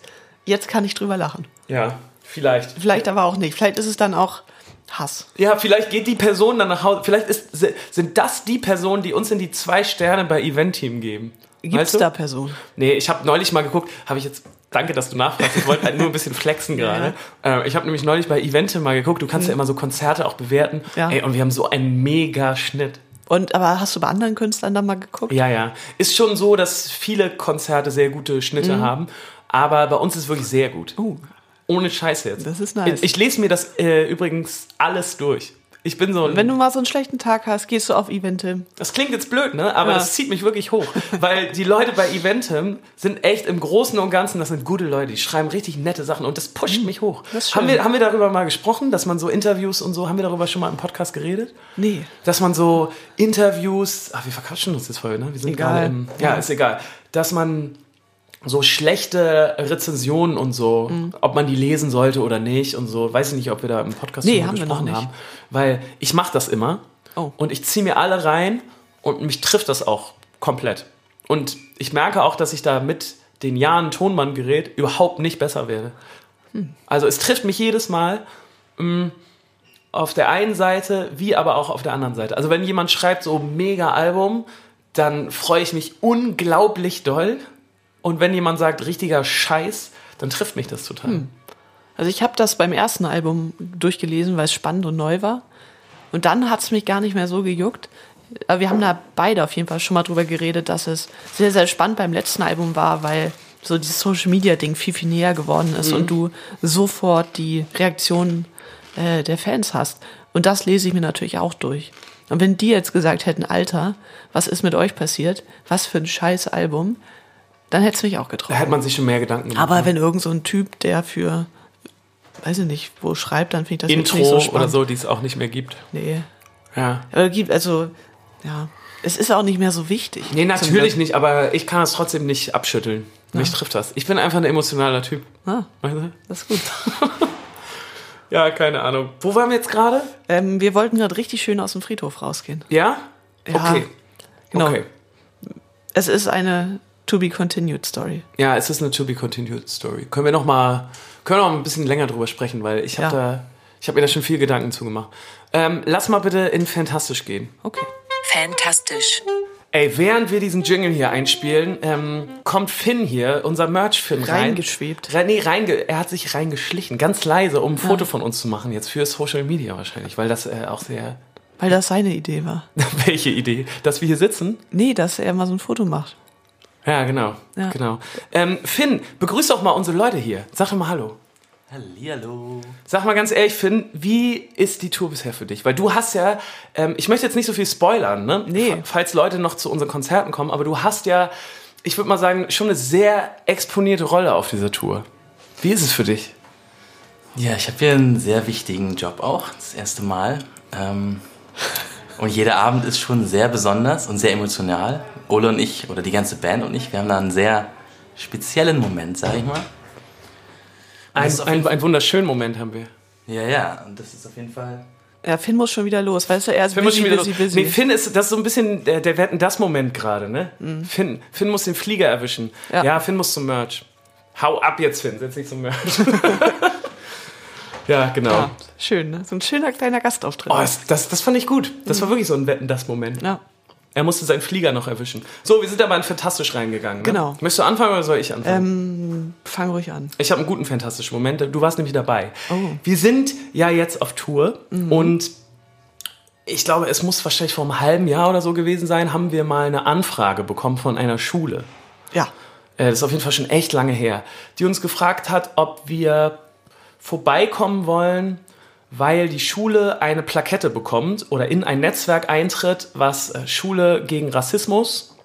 [SPEAKER 3] jetzt kann ich drüber lachen.
[SPEAKER 2] ja, vielleicht.
[SPEAKER 3] Vielleicht aber auch nicht. Vielleicht ist es dann auch Hass.
[SPEAKER 2] Ja, vielleicht geht die Person dann nach Hause. Vielleicht ist, se- sind das die Personen, die uns in die zwei Sterne bei Event-Team geben.
[SPEAKER 3] Gibt es
[SPEAKER 2] du?
[SPEAKER 3] da Personen?
[SPEAKER 2] Nee, ich habe neulich mal geguckt, habe ich jetzt. Danke, dass du nachfragst. Ich wollte halt nur ein bisschen
[SPEAKER 3] [LAUGHS]
[SPEAKER 2] flexen gerade. Äh, ich habe nämlich neulich bei Evente mal geguckt. Du kannst ja immer so Konzerte auch bewerten.
[SPEAKER 3] Mhm. Ja.
[SPEAKER 2] Ey, und wir haben so einen mega Schnitt.
[SPEAKER 3] Und aber hast du bei anderen Künstlern dann mal geguckt?
[SPEAKER 2] Ja, ja. Ist schon so, dass viele Konzerte sehr gute Schnitte haben. Aber bei uns ist wirklich sehr gut.
[SPEAKER 3] Mhm. Uh,
[SPEAKER 2] Ohne Scheiß jetzt.
[SPEAKER 3] Das ist nice.
[SPEAKER 2] Ich, ich lese mir das äh, übrigens alles durch. Ich bin so ein
[SPEAKER 3] wenn du mal so einen schlechten Tag hast, gehst du auf Eventim.
[SPEAKER 2] Das klingt jetzt blöd, ne? Aber
[SPEAKER 3] Ja.
[SPEAKER 2] das zieht mich wirklich hoch. Weil die Leute bei Eventim sind echt im Großen und Ganzen, das sind gute Leute, die schreiben richtig nette Sachen und das pusht mich hoch.
[SPEAKER 3] Mhm. Das ist
[SPEAKER 2] haben,
[SPEAKER 3] schön.
[SPEAKER 2] wir, haben wir darüber mal gesprochen, dass man so Interviews und so, haben wir darüber schon mal im Podcast geredet?
[SPEAKER 3] Nee.
[SPEAKER 2] Dass man so Interviews, ach, wir verquatschen uns jetzt voll, ne? Wir sind
[SPEAKER 3] Egal.
[SPEAKER 2] gerade im, ja,
[SPEAKER 3] Ja.
[SPEAKER 2] ist egal. Dass man so schlechte Rezensionen und so,
[SPEAKER 3] Mhm.
[SPEAKER 2] ob man die lesen sollte oder nicht und so, weiß ich nicht, ob wir da im Podcast
[SPEAKER 3] Nee,
[SPEAKER 2] drüber
[SPEAKER 3] haben wir noch
[SPEAKER 2] gesprochen
[SPEAKER 3] nicht.
[SPEAKER 2] haben. Weil ich mache das immer
[SPEAKER 3] Oh.
[SPEAKER 2] und ich ziehe mir alle rein und mich trifft das auch komplett. Und ich merke auch, dass ich da mit den Jahren Tonbandgerät überhaupt nicht besser werde.
[SPEAKER 3] Hm.
[SPEAKER 2] Also es trifft mich jedes Mal mm, auf der einen Seite, wie aber auch auf der anderen Seite. Also wenn jemand schreibt so mega Album, dann freue ich mich unglaublich doll. Und wenn jemand sagt richtiger Scheiß, dann trifft mich das total.
[SPEAKER 3] Also ich habe das beim ersten Album durchgelesen, weil es spannend und neu war. Und dann hat es mich gar nicht mehr so gejuckt. Aber wir haben da beide auf jeden Fall schon mal drüber geredet, dass es sehr, sehr spannend beim letzten Album war, weil so dieses Social-Media-Ding viel, viel näher geworden ist und du sofort die Reaktionen äh, der Fans hast. Und das lese ich mir natürlich auch durch. Und wenn die jetzt gesagt hätten, Alter, was ist mit euch passiert? Was für ein scheiß Album? Dann hätte es mich auch getroffen.
[SPEAKER 2] Da hätte man sich schon mehr Gedanken gemacht.
[SPEAKER 3] Aber wenn irgend so ein Typ, der für, weiß ich nicht, wo schreibt, dann finde ich das jetzt
[SPEAKER 2] Intro
[SPEAKER 3] nicht so spannend.
[SPEAKER 2] oder so, die es auch nicht mehr gibt.
[SPEAKER 3] Nee.
[SPEAKER 2] Ja.
[SPEAKER 3] Aber gibt, also, ja. Es ist auch nicht mehr so wichtig.
[SPEAKER 2] Nee, natürlich nicht, aber ich kann es trotzdem nicht abschütteln. Mich trifft das. Ich bin einfach ein emotionaler Typ.
[SPEAKER 3] Ah,
[SPEAKER 2] Weißt du?
[SPEAKER 3] das ist gut.
[SPEAKER 2] Ja, keine Ahnung. Wo waren wir jetzt gerade?
[SPEAKER 3] ähm, wir wollten gerade richtig schön aus dem Friedhof rausgehen.
[SPEAKER 2] Ja?
[SPEAKER 3] Ja,
[SPEAKER 2] Okay.
[SPEAKER 3] genau.
[SPEAKER 2] Okay.
[SPEAKER 3] Es ist eine to be continued Story.
[SPEAKER 2] Ja, es ist eine to be continued Story. Können wir noch mal, können wir noch ein bisschen länger drüber sprechen, weil ich habe
[SPEAKER 3] Ja.
[SPEAKER 2] da, ich habe mir da schon viel Gedanken zugemacht. Ähm, lass mal bitte in Fantastisch gehen.
[SPEAKER 3] Okay.
[SPEAKER 1] Fantastisch.
[SPEAKER 2] Ey, während wir diesen Jingle hier einspielen, ähm, kommt Finn hier, unser Merch-Finn rein.
[SPEAKER 3] Reingeschwebt.
[SPEAKER 2] Re nee, reinge er hat sich reingeschlichen, ganz leise, um ein Foto von uns zu machen, jetzt für Social Media wahrscheinlich, weil das äh, auch sehr... [LAUGHS]
[SPEAKER 3] Weil das seine Idee war.
[SPEAKER 2] Welche Idee? Dass wir hier sitzen?
[SPEAKER 3] Nee, dass er mal so ein Foto macht.
[SPEAKER 2] Ja, genau.
[SPEAKER 3] Ja.
[SPEAKER 2] genau. Ähm, Finn, begrüß doch mal unsere Leute hier. Sag doch mal Hallo.
[SPEAKER 4] Hallihallo.
[SPEAKER 2] Sag mal ganz ehrlich, Finn, wie ist die Tour bisher für dich? Weil du hast ja, ähm, ich möchte jetzt nicht so viel spoilern, ne?
[SPEAKER 3] Nee.
[SPEAKER 2] F- Falls Leute noch zu unseren Konzerten kommen, aber du hast ja, ich würde mal sagen, schon eine sehr exponierte Rolle auf dieser Tour. Wie ist es für dich?
[SPEAKER 4] Ja, ich habe hier einen sehr wichtigen Job auch, das erste Mal. Ähm, und jeder Abend ist schon sehr besonders und sehr emotional. Ole und ich, oder die ganze Band und ich, wir haben da einen sehr speziellen Moment, sag ich mal.
[SPEAKER 2] Ein,
[SPEAKER 4] ist Also auf
[SPEAKER 2] ein, ein wunderschönen Moment haben wir.
[SPEAKER 4] Ja, ja, und das ist auf jeden Fall.
[SPEAKER 3] Ja, Finn muss schon wieder los. Weißt du, er ist
[SPEAKER 2] Finn, muss
[SPEAKER 3] busy,
[SPEAKER 2] schon wieder
[SPEAKER 3] busy,
[SPEAKER 2] los.
[SPEAKER 3] busy.
[SPEAKER 2] Nee, Finn ist, das ist so ein bisschen der, der Wetten das Moment gerade, ne? Finn, Finn muss den Flieger erwischen. Ja.
[SPEAKER 3] Mhm. Ja.
[SPEAKER 2] Finn muss zum Merch. Hau ab jetzt, Finn, setz dich zum
[SPEAKER 3] [LAUGHS]
[SPEAKER 2] Merch. [LAUGHS] ja, genau.
[SPEAKER 3] ja, schön, ne? So ein schöner kleiner Gastauftritt.
[SPEAKER 2] Oh, das, das, das fand ich gut. Das war wirklich so ein Wetten, das Moment.
[SPEAKER 3] Mhm. ja.
[SPEAKER 2] Er musste seinen Flieger noch erwischen. So, wir sind aber in Fantastisch reingegangen. Ne?
[SPEAKER 3] Genau. Ähm,
[SPEAKER 2] Möchtest du anfangen oder soll ich anfangen?
[SPEAKER 3] Fang ruhig an.
[SPEAKER 2] Ich habe einen guten fantastischen Moment. Du warst nämlich dabei.
[SPEAKER 3] Oh.
[SPEAKER 2] Wir sind ja jetzt auf Tour und ich glaube, es muss wahrscheinlich vor einem halben Jahr oder so gewesen sein, haben wir mal eine Anfrage bekommen von einer Schule.
[SPEAKER 3] Ja.
[SPEAKER 2] Äh, das ist auf jeden Fall schon echt lange her, die uns gefragt hat, ob wir vorbeikommen wollen, weil die Schule eine Plakette bekommt oder in ein Netzwerk eintritt, was äh, Schule gegen Rassismus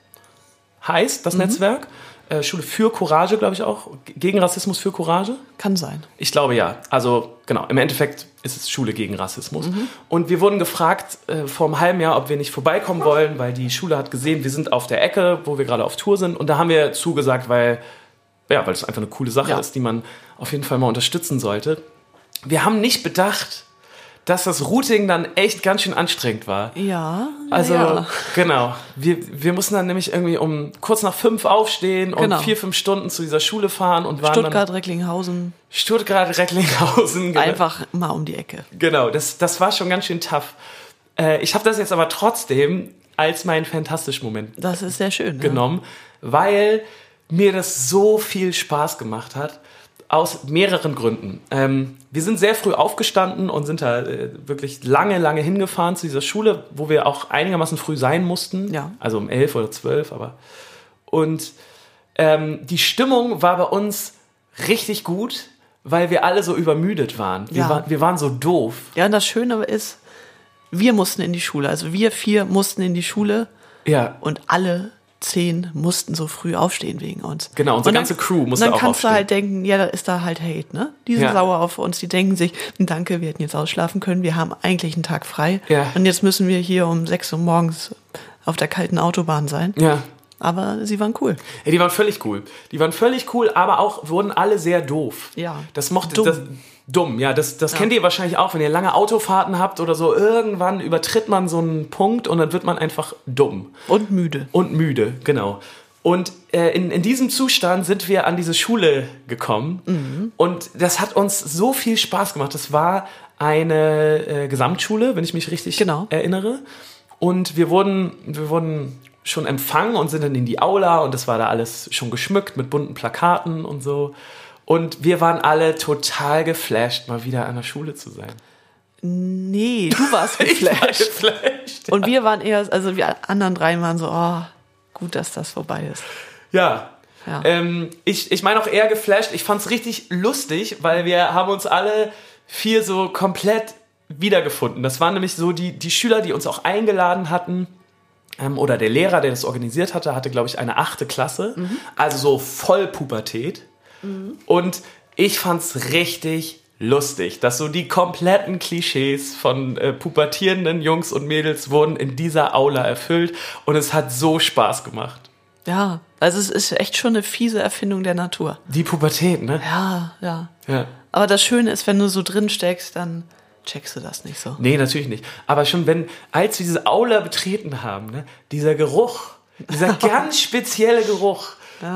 [SPEAKER 2] heißt, das Netzwerk. äh, Schule für Courage, glaube ich auch. G- Gegen Rassismus für Courage?
[SPEAKER 3] Kann sein.
[SPEAKER 2] Ich glaube ja. Also genau, im Endeffekt ist es Schule gegen Rassismus.
[SPEAKER 3] Mhm.
[SPEAKER 2] Und wir wurden gefragt äh, vor einem halben Jahr, ob wir nicht vorbeikommen wollen, weil die Schule hat gesehen, wir sind auf der Ecke, wo wir gerade auf Tour sind. Und da haben wir zugesagt, weil ja, weil es einfach eine coole Sache
[SPEAKER 3] Ja.
[SPEAKER 2] ist, die man auf jeden Fall mal unterstützen sollte. Wir haben nicht bedacht, dass das Routing dann echt ganz schön anstrengend war.
[SPEAKER 3] Ja.
[SPEAKER 2] Also,
[SPEAKER 3] ja.
[SPEAKER 2] genau. Wir, wir mussten dann nämlich irgendwie um kurz nach fünf aufstehen
[SPEAKER 3] Genau.
[SPEAKER 2] und vier, fünf Stunden zu dieser Schule fahren und waren dann
[SPEAKER 3] Stuttgart, Recklinghausen,
[SPEAKER 2] Stuttgart, Recklinghausen. Genau.
[SPEAKER 3] einfach mal um die Ecke.
[SPEAKER 2] Genau, das, das war schon ganz schön tough. Äh, ich habe das jetzt aber trotzdem als meinen fantastischen Moment
[SPEAKER 3] Das ist sehr schön. ne?
[SPEAKER 2] genommen, weil mir das so viel Spaß gemacht hat. Aus mehreren Gründen. Ähm, wir sind sehr früh aufgestanden und sind da äh, wirklich lange, lange hingefahren zu dieser Schule, wo wir auch einigermaßen früh sein mussten.
[SPEAKER 3] Ja.
[SPEAKER 2] Also um elf oder zwölf, aber. Und ähm, die Stimmung war bei uns richtig gut, weil wir alle so übermüdet waren. Wir,
[SPEAKER 3] Ja.
[SPEAKER 2] waren, wir waren so doof.
[SPEAKER 3] Ja, und das Schöne ist, wir mussten in die Schule. Also wir vier mussten in die Schule
[SPEAKER 2] Ja.
[SPEAKER 3] und alle zehn mussten so früh aufstehen wegen uns.
[SPEAKER 2] Genau, unsere
[SPEAKER 3] und
[SPEAKER 2] ganze Crew musste
[SPEAKER 3] Dann
[SPEAKER 2] auch
[SPEAKER 3] kannst
[SPEAKER 2] aufstehen.
[SPEAKER 3] du halt denken, ja, da ist da halt Hate, ne? Die sind
[SPEAKER 2] Ja.
[SPEAKER 3] sauer auf uns, die denken sich, danke, wir hätten jetzt ausschlafen können, wir haben eigentlich einen Tag frei.
[SPEAKER 2] Ja.
[SPEAKER 3] Und jetzt müssen wir hier um 6 Uhr morgens auf der kalten Autobahn sein.
[SPEAKER 2] Ja.
[SPEAKER 3] Aber sie waren cool.
[SPEAKER 2] Ja, die waren völlig cool. Die waren völlig cool, aber auch wurden alle sehr doof.
[SPEAKER 3] Ja.
[SPEAKER 2] Das mochte
[SPEAKER 3] Dumm.
[SPEAKER 2] Das, dumm, ja. Das, das kennt ihr wahrscheinlich auch, wenn ihr lange Autofahrten habt oder so. Irgendwann übertritt man so einen Punkt und dann wird man einfach dumm
[SPEAKER 3] Und müde.
[SPEAKER 2] und müde, genau. Und äh, in, in diesem Zustand sind wir an diese Schule gekommen und das hat uns so viel Spaß gemacht. Das war eine äh, Gesamtschule, wenn ich mich richtig
[SPEAKER 3] Genau.
[SPEAKER 2] erinnere. Und wir wurden, wir wurden schon empfangen und sind dann in die Aula und das war da alles schon geschmückt mit bunten Plakaten und so. Und wir waren alle total geflasht, mal wieder an der Schule zu sein.
[SPEAKER 3] Nee,
[SPEAKER 2] [LAUGHS]
[SPEAKER 3] du warst
[SPEAKER 2] Ich war
[SPEAKER 3] geflasht.
[SPEAKER 2] geflasht.
[SPEAKER 3] Und wir waren eher, also wir anderen dreien waren so, oh, gut, dass das vorbei ist.
[SPEAKER 2] Ja.
[SPEAKER 3] Ja.
[SPEAKER 2] Ähm, ich ich meine auch eher geflasht. Ich fand's richtig lustig, weil wir haben uns alle vier so komplett wiedergefunden. Das waren nämlich so die, die Schüler, die uns auch eingeladen hatten. Ähm, oder der Lehrer, der das organisiert hatte, hatte, glaube ich, eine achte Klasse. Also so voll Pubertät. Und ich fand's richtig lustig, dass so die kompletten Klischees von äh, pubertierenden Jungs und Mädels wurden in dieser Aula erfüllt. Und es hat so Spaß gemacht.
[SPEAKER 3] Ja, also es ist echt schon eine fiese Erfindung der Natur.
[SPEAKER 2] Die Pubertät, ne?
[SPEAKER 3] Ja, ja.
[SPEAKER 2] Ja.
[SPEAKER 3] Aber das Schöne ist, wenn du so drin steckst, dann checkst du das nicht so.
[SPEAKER 2] Nee, natürlich nicht. Aber schon wenn, als wir diese Aula betreten haben, ne, dieser Geruch,
[SPEAKER 3] [LAUGHS]
[SPEAKER 2] dieser ganz spezielle Geruch,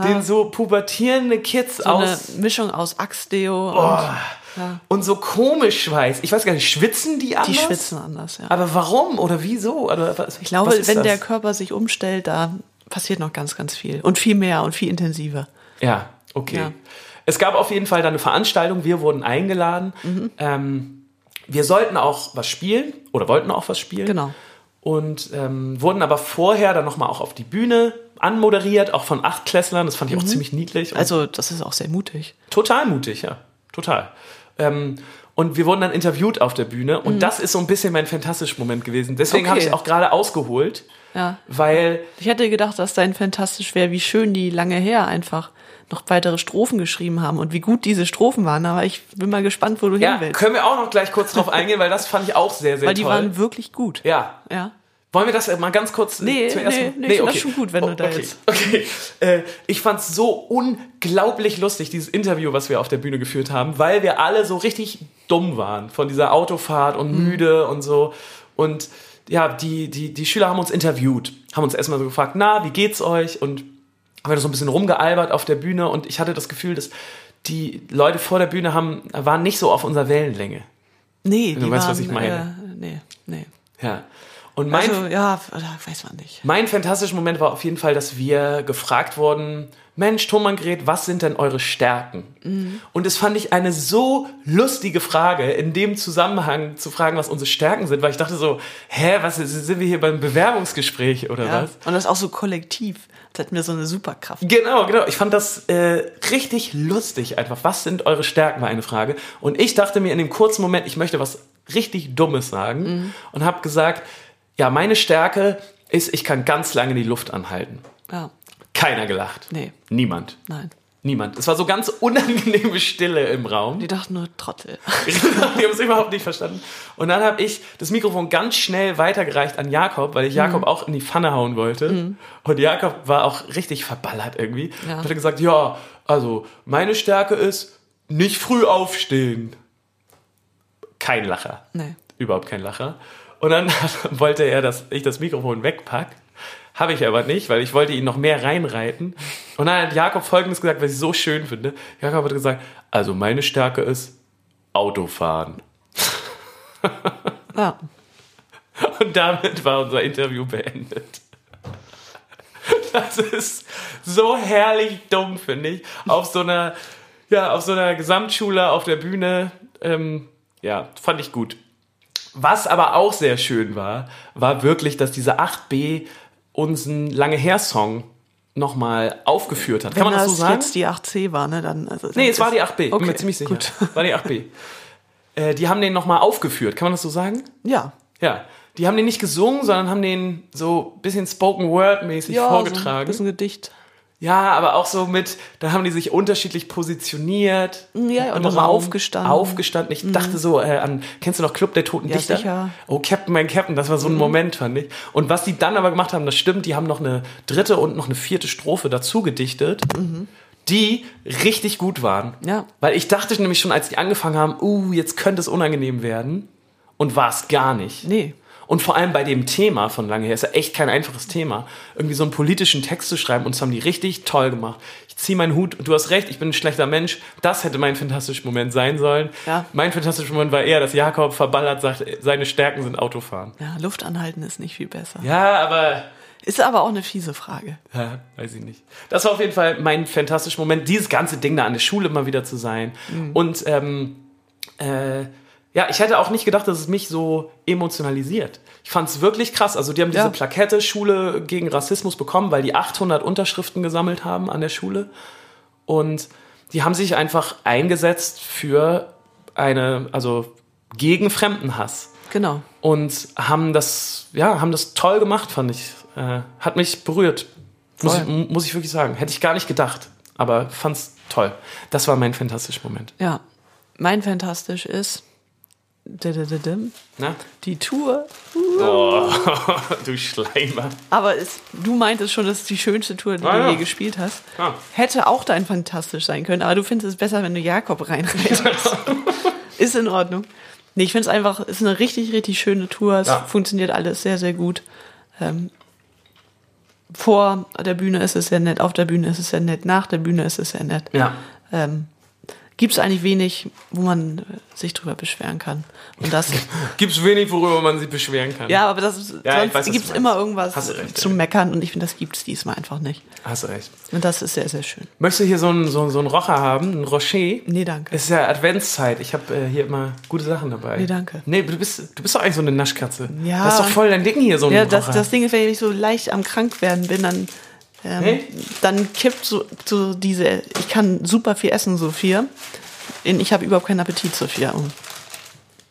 [SPEAKER 2] den so pubertierende Kids
[SPEAKER 3] So eine
[SPEAKER 2] aus
[SPEAKER 3] Mischung aus Axtdeo
[SPEAKER 2] und so komisch weiß. Ich weiß gar nicht, schwitzen die
[SPEAKER 3] und die
[SPEAKER 2] anders?
[SPEAKER 3] schwitzen anders, ja.
[SPEAKER 2] Aber warum oder wieso? Oder was,
[SPEAKER 3] ich glaube,
[SPEAKER 2] was ist
[SPEAKER 3] wenn
[SPEAKER 2] das?
[SPEAKER 3] der Körper sich umstellt, da passiert noch ganz, ganz viel. Und viel mehr und viel intensiver.
[SPEAKER 2] Ja, okay.
[SPEAKER 3] Ja.
[SPEAKER 2] Es gab auf jeden Fall dann eine Veranstaltung, wir wurden eingeladen.
[SPEAKER 3] Mhm.
[SPEAKER 2] Ähm, wir sollten auch was spielen oder wollten auch was spielen.
[SPEAKER 3] Genau.
[SPEAKER 2] Und ähm, wurden aber vorher dann nochmal auch auf die Bühne anmoderiert, auch von Achtklässlern. Das fand ich auch ziemlich niedlich. Und
[SPEAKER 3] Mhm. Also, das ist auch sehr mutig.
[SPEAKER 2] total mutig, ja. Total. Ähm, und wir wurden dann interviewt auf der Bühne. Und das ist so ein bisschen mein fantastischer Moment gewesen. Deswegen habe
[SPEAKER 3] Mhm. Okay.
[SPEAKER 2] ich auch gerade ausgeholt,
[SPEAKER 3] Ja.
[SPEAKER 2] weil
[SPEAKER 3] Ich hätte gedacht, dass dein fantastisch wäre, wie schön die lange her einfach noch weitere Strophen geschrieben haben und wie gut diese Strophen waren. Aber ich bin mal gespannt, wo du
[SPEAKER 2] ja,
[SPEAKER 3] hin willst.
[SPEAKER 2] können wir auch noch gleich kurz drauf eingehen, weil das fand ich auch sehr, sehr
[SPEAKER 3] Weil die
[SPEAKER 2] toll.
[SPEAKER 3] waren wirklich gut.
[SPEAKER 2] ja,
[SPEAKER 3] ja.
[SPEAKER 2] Wollen wir das äh, mal ganz kurz äh,
[SPEAKER 3] Nee,
[SPEAKER 2] zuerst
[SPEAKER 3] nee,
[SPEAKER 2] mal-
[SPEAKER 3] nee, ich find das schon gut, wenn du da
[SPEAKER 2] okay.
[SPEAKER 3] jetzt-
[SPEAKER 2] Okay. Äh, ich fand's so unglaublich lustig, dieses Interview, was wir auf der Bühne geführt haben, weil wir alle so richtig dumm waren von dieser Autofahrt und
[SPEAKER 3] Mhm.
[SPEAKER 2] müde und so. Und ja, die, die, die Schüler haben uns interviewt, haben uns erstmal so gefragt, na, wie geht's euch? Und haben wir so ein bisschen rumgealbert auf der Bühne und ich hatte das Gefühl, dass die Leute vor der Bühne haben, waren nicht so auf unserer Wellenlänge.
[SPEAKER 3] Nee,
[SPEAKER 2] du
[SPEAKER 3] die
[SPEAKER 2] weißt,
[SPEAKER 3] waren,
[SPEAKER 2] was ich meine.
[SPEAKER 3] Äh, nee, nee.
[SPEAKER 2] Ja. Und mein,
[SPEAKER 3] Also, ja, f- oder weiß man nicht.
[SPEAKER 2] Mein fantastischer Moment war auf jeden Fall, dass wir gefragt wurden, Mensch, Thomann Gret, was sind denn eure Stärken? Und das fand ich eine so lustige Frage, in dem Zusammenhang zu fragen, was unsere Stärken sind, weil ich dachte so, hä, was ist- sind wir hier beim Bewerbungsgespräch oder
[SPEAKER 3] Ja.
[SPEAKER 2] was?
[SPEAKER 3] Und das auch so kollektiv. Das hat mir so eine Superkraft.
[SPEAKER 2] Genau, genau. Ich fand das äh, richtig lustig einfach. Was sind eure Stärken war eine Frage. Und ich dachte mir in dem kurzen Moment, ich möchte was richtig Dummes sagen und habe gesagt, ja, meine Stärke ist, ich kann ganz lange die Luft anhalten.
[SPEAKER 3] Ja.
[SPEAKER 2] keiner gelacht.
[SPEAKER 3] Nee.
[SPEAKER 2] Niemand.
[SPEAKER 3] Nein.
[SPEAKER 2] Niemand. Es war so ganz unangenehme Stille im Raum.
[SPEAKER 3] Die dachten nur Trottel.
[SPEAKER 2] [LAUGHS]
[SPEAKER 3] [LAUGHS]
[SPEAKER 2] die haben es überhaupt nicht verstanden. Und dann habe ich das Mikrofon ganz schnell weitergereicht an Jakob, weil ich
[SPEAKER 3] Mhm.
[SPEAKER 2] Jakob auch in die Pfanne hauen wollte. Und Jakob war auch richtig verballert irgendwie.
[SPEAKER 3] Ja.
[SPEAKER 2] Und hat gesagt, ja, also meine Stärke ist nicht früh aufstehen. Kein Lacher.
[SPEAKER 3] Nee.
[SPEAKER 2] Überhaupt kein Lacher. Und dann [LAUGHS] wollte er, dass ich das Mikrofon wegpack. Habe ich aber nicht, weil ich wollte ihn noch mehr reinreiten. Und dann hat Jakob Folgendes gesagt, was ich so schön finde. Jakob hat gesagt, also meine Stärke ist Autofahren.
[SPEAKER 3] Ja.
[SPEAKER 2] Und damit war unser Interview beendet. Das ist so herrlich dumm, finde ich. Auf so einer, ja, auf so einer Gesamtschule auf der Bühne, ähm, ja, fand ich gut. Was aber auch sehr schön war, war wirklich, dass diese 8b unseren Lange Her Song nochmal aufgeführt hat. Kann
[SPEAKER 3] Wenn
[SPEAKER 2] man das so sagen?
[SPEAKER 3] jetzt die 8C war, ne, dann. Also,
[SPEAKER 2] Nee, es war die 8b. Bin
[SPEAKER 3] Okay,
[SPEAKER 2] mir ziemlich sicher.
[SPEAKER 3] gut.
[SPEAKER 2] War die 8b. Äh, die haben den nochmal aufgeführt. Kann man das so sagen?
[SPEAKER 3] Ja.
[SPEAKER 2] Ja, die haben den nicht gesungen, sondern haben den so ein bisschen Spoken Word mäßig
[SPEAKER 3] ja So ein
[SPEAKER 2] vorgetragen.
[SPEAKER 3] bisschen Gedicht.
[SPEAKER 2] ja, aber auch so mit, da haben die sich unterschiedlich positioniert.
[SPEAKER 3] Mm, Ja,
[SPEAKER 2] im
[SPEAKER 3] und dann mal
[SPEAKER 2] Raum.
[SPEAKER 3] aufgestanden. Mm.
[SPEAKER 2] Aufgestanden. Ich dachte so äh, an, kennst du noch Club der Toten
[SPEAKER 3] Ja,
[SPEAKER 2] Dichter?
[SPEAKER 3] sicher. Mm.
[SPEAKER 2] Oh, Captain, mein Captain, das war so ein Moment, fand ich. Und was die dann aber gemacht haben, das stimmt, die haben noch eine dritte und noch eine vierte Strophe dazu gedichtet. Die richtig gut waren.
[SPEAKER 3] Mhm. Ja.
[SPEAKER 2] Weil ich dachte nämlich schon, als die angefangen haben, uh, jetzt könnte es unangenehm werden. Und war es gar nicht.
[SPEAKER 3] Nee.
[SPEAKER 2] Und vor allem bei dem Thema von lange her ist ja echt kein einfaches Thema, irgendwie so einen politischen Text zu schreiben. Und das haben die richtig toll gemacht. Ich ziehe meinen Hut. Du hast recht, ich bin ein schlechter Mensch. Das hätte mein fantastischer Moment sein sollen.
[SPEAKER 3] Ja.
[SPEAKER 2] Mein fantastischer Moment war eher, dass Jakob verballert sagt, seine Stärken sind Autofahren.
[SPEAKER 3] Ja, Luft anhalten ist nicht viel besser.
[SPEAKER 2] Ja, aber
[SPEAKER 3] Ist aber auch eine fiese Frage.
[SPEAKER 2] ja, weiß ich nicht. Das war auf jeden Fall mein fantastischer Moment, dieses ganze Ding da an der Schule mal wieder zu sein. Und ähm, äh, ja, ich hätte auch nicht gedacht, dass es mich so emotionalisiert. Ich fand es wirklich krass. Also die haben diese
[SPEAKER 3] Ja.
[SPEAKER 2] Plakette Schule gegen Rassismus bekommen, weil die 800 Unterschriften gesammelt haben an der Schule. Und die haben sich einfach eingesetzt für eine, also gegen Fremdenhass
[SPEAKER 3] Genau.
[SPEAKER 2] und haben das, ja, haben das toll gemacht, fand ich. Äh, hat mich berührt. Muss ich,
[SPEAKER 3] Voll.
[SPEAKER 2] mu- muss ich wirklich sagen. Hätte ich gar nicht gedacht, aber fand's toll. Das war mein fantastischer Moment.
[SPEAKER 3] Ja. Mein Fantastisch ist. didididim, [LAUGHS]
[SPEAKER 2] Na?
[SPEAKER 3] Die Tour.
[SPEAKER 2] Du Schleimer.
[SPEAKER 3] Aber es, du meintest schon, das ist die schönste Tour, die
[SPEAKER 2] Ah,
[SPEAKER 3] du
[SPEAKER 2] ja. Ah.
[SPEAKER 3] je gespielt hast.
[SPEAKER 2] Ja.
[SPEAKER 3] Hätte auch dein Fantastisch sein können, aber du findest es besser, wenn du Jakob reinreitest. [LAUGHS] ist in Ordnung. Nee, ich finde es einfach, ist eine richtig, richtig schöne Tour. Es
[SPEAKER 2] Ja.
[SPEAKER 3] funktioniert alles sehr, sehr gut. Ähm, vor der Bühne ist es sehr nett, auf der Bühne ist es sehr nett, nach der Bühne ist es sehr nett.
[SPEAKER 2] Ja.
[SPEAKER 3] Ähm, Gibt es eigentlich wenig, wo man äh, sich drüber beschweren kann.
[SPEAKER 2] [LAUGHS]
[SPEAKER 3] Und das,
[SPEAKER 2] Gibt's wenig, worüber man sich beschweren kann.
[SPEAKER 3] ja, aber das ist,
[SPEAKER 2] Ja, ich weiß, was
[SPEAKER 3] sonst
[SPEAKER 2] du
[SPEAKER 3] gibt es
[SPEAKER 2] meinst.
[SPEAKER 3] immer irgendwas
[SPEAKER 2] Hast du recht,
[SPEAKER 3] zu
[SPEAKER 2] ja.
[SPEAKER 3] meckern und ich finde, das gibt es diesmal einfach nicht.
[SPEAKER 2] Hast recht.
[SPEAKER 3] Und das ist sehr, sehr schön.
[SPEAKER 2] Möchtest du hier so einen, so, so einen Rocher haben, einen Rocher?
[SPEAKER 3] Nee, danke.
[SPEAKER 2] Es ist ja Adventszeit. Ich habe äh, hier immer gute Sachen dabei.
[SPEAKER 3] Nee, danke.
[SPEAKER 2] Nee, du bist, du bist doch eigentlich so eine Naschkatze.
[SPEAKER 3] Ja.
[SPEAKER 2] Das ist doch voll dein Ding hier, so ein
[SPEAKER 3] Ja, das,
[SPEAKER 2] Rocher.
[SPEAKER 3] das Ding ist, wenn ich so leicht am Krankwerden bin, dann, ähm,
[SPEAKER 2] Hey?
[SPEAKER 3] dann kippt so, so diese, ich kann super viel essen, Sophia. In, ich habe überhaupt keinen Appetit, Sophia. um.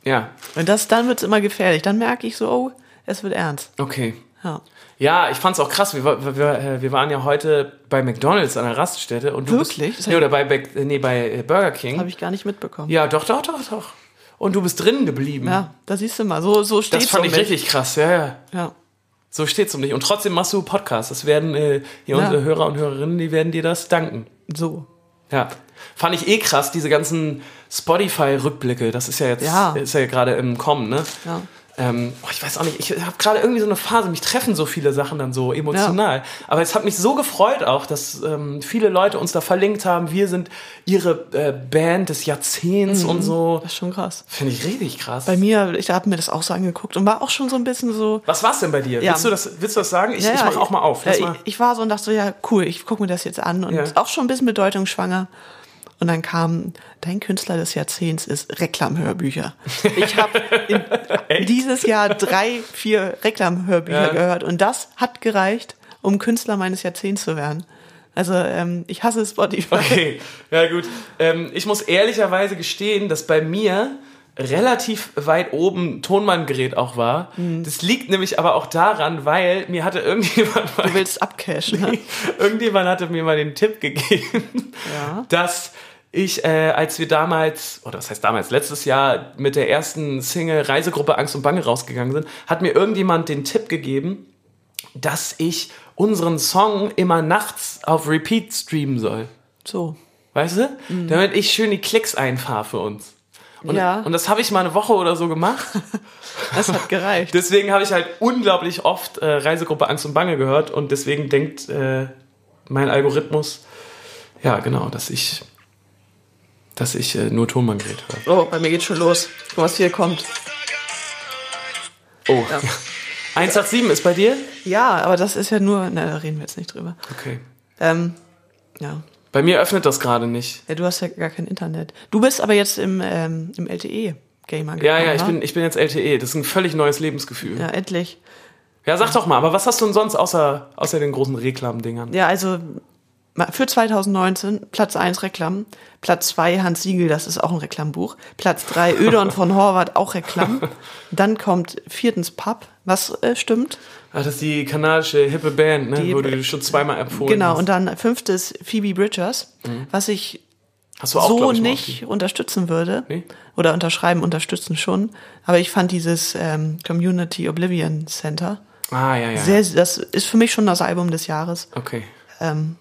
[SPEAKER 2] ja,
[SPEAKER 3] Und das, dann wird es immer gefährlich. Dann merke ich so, oh, es wird ernst.
[SPEAKER 2] okay.
[SPEAKER 3] Ja.
[SPEAKER 2] Ja, ich fand's auch krass. Wir, war- wir, äh, wir waren ja heute bei McDonalds an der Raststätte und du
[SPEAKER 3] Wirklich? Das
[SPEAKER 2] Bist,
[SPEAKER 3] hab
[SPEAKER 2] nee,
[SPEAKER 3] ich-
[SPEAKER 2] oder bei, Bac- äh, nee, bei äh, Burger King.
[SPEAKER 3] Habe ich gar nicht mitbekommen.
[SPEAKER 2] Ja, doch, doch, doch, doch. Und du bist drin geblieben.
[SPEAKER 3] Ja, um da siehst du mal, so, so steht
[SPEAKER 2] das
[SPEAKER 3] es
[SPEAKER 2] fand ich richtig krass. Ja, ja.
[SPEAKER 3] Ja.
[SPEAKER 2] So steht's um dich. Und trotzdem machst du Podcasts. Das werden äh, hier
[SPEAKER 3] Ja.
[SPEAKER 2] unsere Hörer und Hörerinnen, die werden dir das danken.
[SPEAKER 3] So.
[SPEAKER 2] Ja. Fand ich eh krass, diese ganzen Spotify-Rückblicke. Das ist ja jetzt
[SPEAKER 3] Ja.
[SPEAKER 2] ist ja gerade im Kommen, ne?
[SPEAKER 3] Ja.
[SPEAKER 2] Ähm, oh, ich weiß auch nicht, ich habe gerade irgendwie so eine Phase, mich treffen so viele Sachen dann so emotional. Aber es hat mich so gefreut auch, dass ähm, viele Leute uns da verlinkt haben. Wir sind ihre äh, Band des Jahrzehnts und so.
[SPEAKER 3] Mhm. Das ist schon krass.
[SPEAKER 2] Finde ich richtig krass.
[SPEAKER 3] Bei mir, ich habe mir das auch so angeguckt und war auch schon so ein bisschen so.
[SPEAKER 2] Was war's denn bei dir?
[SPEAKER 3] Ja.
[SPEAKER 2] Willst, du das, willst du das sagen? Ich,
[SPEAKER 3] Ja,
[SPEAKER 2] ich
[SPEAKER 3] ja,
[SPEAKER 2] mach auch mal auf.
[SPEAKER 3] Ja,
[SPEAKER 2] Lass
[SPEAKER 3] ich,
[SPEAKER 2] mal.
[SPEAKER 3] ich war so und dachte so, ja, cool, ich gucke mir das jetzt an und
[SPEAKER 2] Ja.
[SPEAKER 3] auch schon ein bisschen bedeutungsschwanger. Und dann kam, dein Künstler des Jahrzehnts ist Reklamhörbücher.
[SPEAKER 2] [LAUGHS]
[SPEAKER 3] Ich habe dieses Jahr drei, vier Reklamhörbücher
[SPEAKER 2] Ja.
[SPEAKER 3] gehört und das hat gereicht, um Künstler meines Jahrzehnts zu werden. Also ähm, ich hasse Spotify.
[SPEAKER 2] Okay, ja gut. Ähm, ich muss ehrlicherweise gestehen, dass bei mir relativ weit oben Tonbandgerät auch war. Das liegt nämlich aber auch daran, weil mir hatte irgendjemand mal
[SPEAKER 3] Du willst abcashen. ne?
[SPEAKER 2] [LAUGHS] Irgendjemand hatte mir mal den Tipp gegeben,
[SPEAKER 3] Ja.
[SPEAKER 2] dass ich, äh, als wir damals, oder was heißt damals, letztes Jahr mit der ersten Single Reisegruppe Angst und Bange rausgegangen sind, hat mir irgendjemand den Tipp gegeben, dass ich unseren Song immer nachts auf Repeat streamen soll.
[SPEAKER 3] So.
[SPEAKER 2] Weißt du? Damit ich schön die Klicks einfahre für uns. Und,
[SPEAKER 3] Ja.
[SPEAKER 2] und das habe ich mal eine Woche oder so gemacht.
[SPEAKER 3] Das
[SPEAKER 2] [LAUGHS]
[SPEAKER 3] hat gereicht.
[SPEAKER 2] Deswegen habe ich halt unglaublich oft äh, Reisegruppe Angst und Bange gehört und deswegen denkt äh, mein Algorithmus, ja genau, dass ich, dass ich äh, nur Tonbandgerät höre.
[SPEAKER 3] Oh, bei mir geht schon los. Guck mal, was hier kommt.
[SPEAKER 2] Oh. [LAUGHS] 187 ist bei dir?
[SPEAKER 3] Ja, aber das ist ja nur, na, da reden wir jetzt nicht drüber.
[SPEAKER 2] Okay.
[SPEAKER 3] Ähm, ja.
[SPEAKER 2] Bei mir öffnet das gerade nicht.
[SPEAKER 3] ja, du hast ja gar kein Internet. Du bist aber jetzt im, ähm, im LTE-Game angekommen.
[SPEAKER 2] Ja, ja, ich
[SPEAKER 3] wa?
[SPEAKER 2] bin, ich bin jetzt LTE. Das ist ein völlig neues Lebensgefühl. Ja,
[SPEAKER 3] ne? Ja, endlich.
[SPEAKER 2] sag doch mal, aber was hast du denn sonst außer, außer den großen Reklamdingern?
[SPEAKER 3] Ja, also ma- für 2019 Platz 1 Reklam, Platz 2 Hans Siegel, das ist auch ein Reklambuch, Platz
[SPEAKER 2] [LAUGHS]
[SPEAKER 3] 3 Ödon von Horvath, auch Reklam. Dann kommt viertens Pub, was äh, stimmt.
[SPEAKER 2] Ach, Ah, das ist die kanadische hippe Band, ne?
[SPEAKER 3] Die-
[SPEAKER 2] Wurde dir schon zweimal empfohlen.
[SPEAKER 3] genau,
[SPEAKER 2] hast.
[SPEAKER 3] und dann fünftes Phoebe Bridgers,
[SPEAKER 2] Mhm.
[SPEAKER 3] was ich
[SPEAKER 2] hast du auch,
[SPEAKER 3] so
[SPEAKER 2] glaub ich, mal
[SPEAKER 3] nicht unterstützen würde.
[SPEAKER 2] Nee?
[SPEAKER 3] Oder unterschreiben, unterstützen schon. Aber ich fand dieses ähm, Community Oblivion Center,
[SPEAKER 2] aufgeschrieben. Ah, ja, ja.
[SPEAKER 3] sehr, das ist für mich schon das Album des Jahres.
[SPEAKER 2] okay.
[SPEAKER 3] Ähm,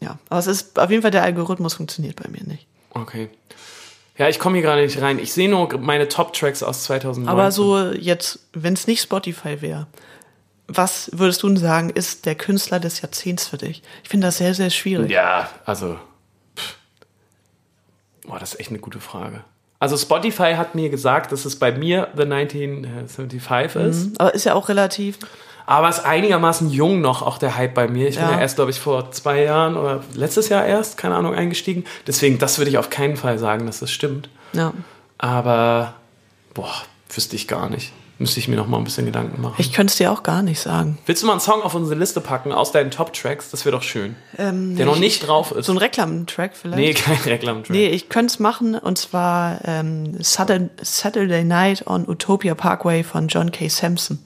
[SPEAKER 3] ja, aber es ist auf jeden Fall der Algorithmus funktioniert bei mir nicht.
[SPEAKER 2] Okay. Ja, ich komme hier gerade nicht rein. Ich sehe nur meine Top-Tracks aus 2009.
[SPEAKER 3] Aber so jetzt, wenn es nicht Spotify wäre, was würdest du denn sagen, ist der Künstler des Jahrzehnts für dich? Ich finde das sehr, sehr schwierig.
[SPEAKER 2] Ja, also. pff. Boah, das ist echt eine gute Frage. Also, Spotify hat mir gesagt, dass es bei mir The 1975
[SPEAKER 3] Mhm.
[SPEAKER 2] ist.
[SPEAKER 3] Aber ist ja auch relativ.
[SPEAKER 2] Aber es ist einigermaßen jung noch, auch der Hype bei mir. Ich bin
[SPEAKER 3] Ja.
[SPEAKER 2] ja erst, glaube ich, vor zwei Jahren oder letztes Jahr erst, keine Ahnung, eingestiegen. Deswegen, das würde ich auf keinen Fall sagen, dass das stimmt.
[SPEAKER 3] Ja.
[SPEAKER 2] Aber, boah, wüsste ich gar nicht. Müsste ich mir noch mal ein bisschen Gedanken machen.
[SPEAKER 3] Ich könnte es dir auch gar nicht sagen.
[SPEAKER 2] Willst du mal einen Song auf unsere Liste packen aus deinen Top-Tracks? Das wäre doch schön. der noch nicht drauf ist.
[SPEAKER 3] Ähm, So ein Reklamtrack vielleicht?
[SPEAKER 2] nee, kein Reklam-Track.
[SPEAKER 3] Nee, ich könnte es machen und zwar ähm, Saturday, Saturday Night on Utopia Parkway von John K. Sampson.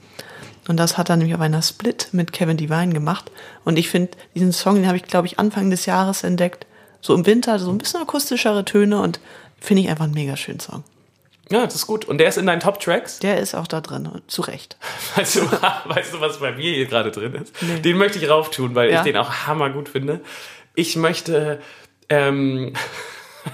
[SPEAKER 3] Und das hat er nämlich auf einer Split mit Kevin Divine gemacht. Und ich finde, diesen Song, den habe ich, glaube ich, Anfang des Jahres entdeckt. So im Winter, so ein bisschen akustischere Töne und finde ich einfach einen mega schönen Song.
[SPEAKER 2] Ja, das ist gut. Und der ist in deinen Top-Tracks?
[SPEAKER 3] Der ist auch da drin, und zu Recht.
[SPEAKER 2] Weißt du, [LAUGHS] weißt du, was bei mir hier gerade drin ist? Den möchte ich rauftun, weil
[SPEAKER 3] Ja.
[SPEAKER 2] ich den auch hammergut finde. Ich möchte ähm, [LAUGHS]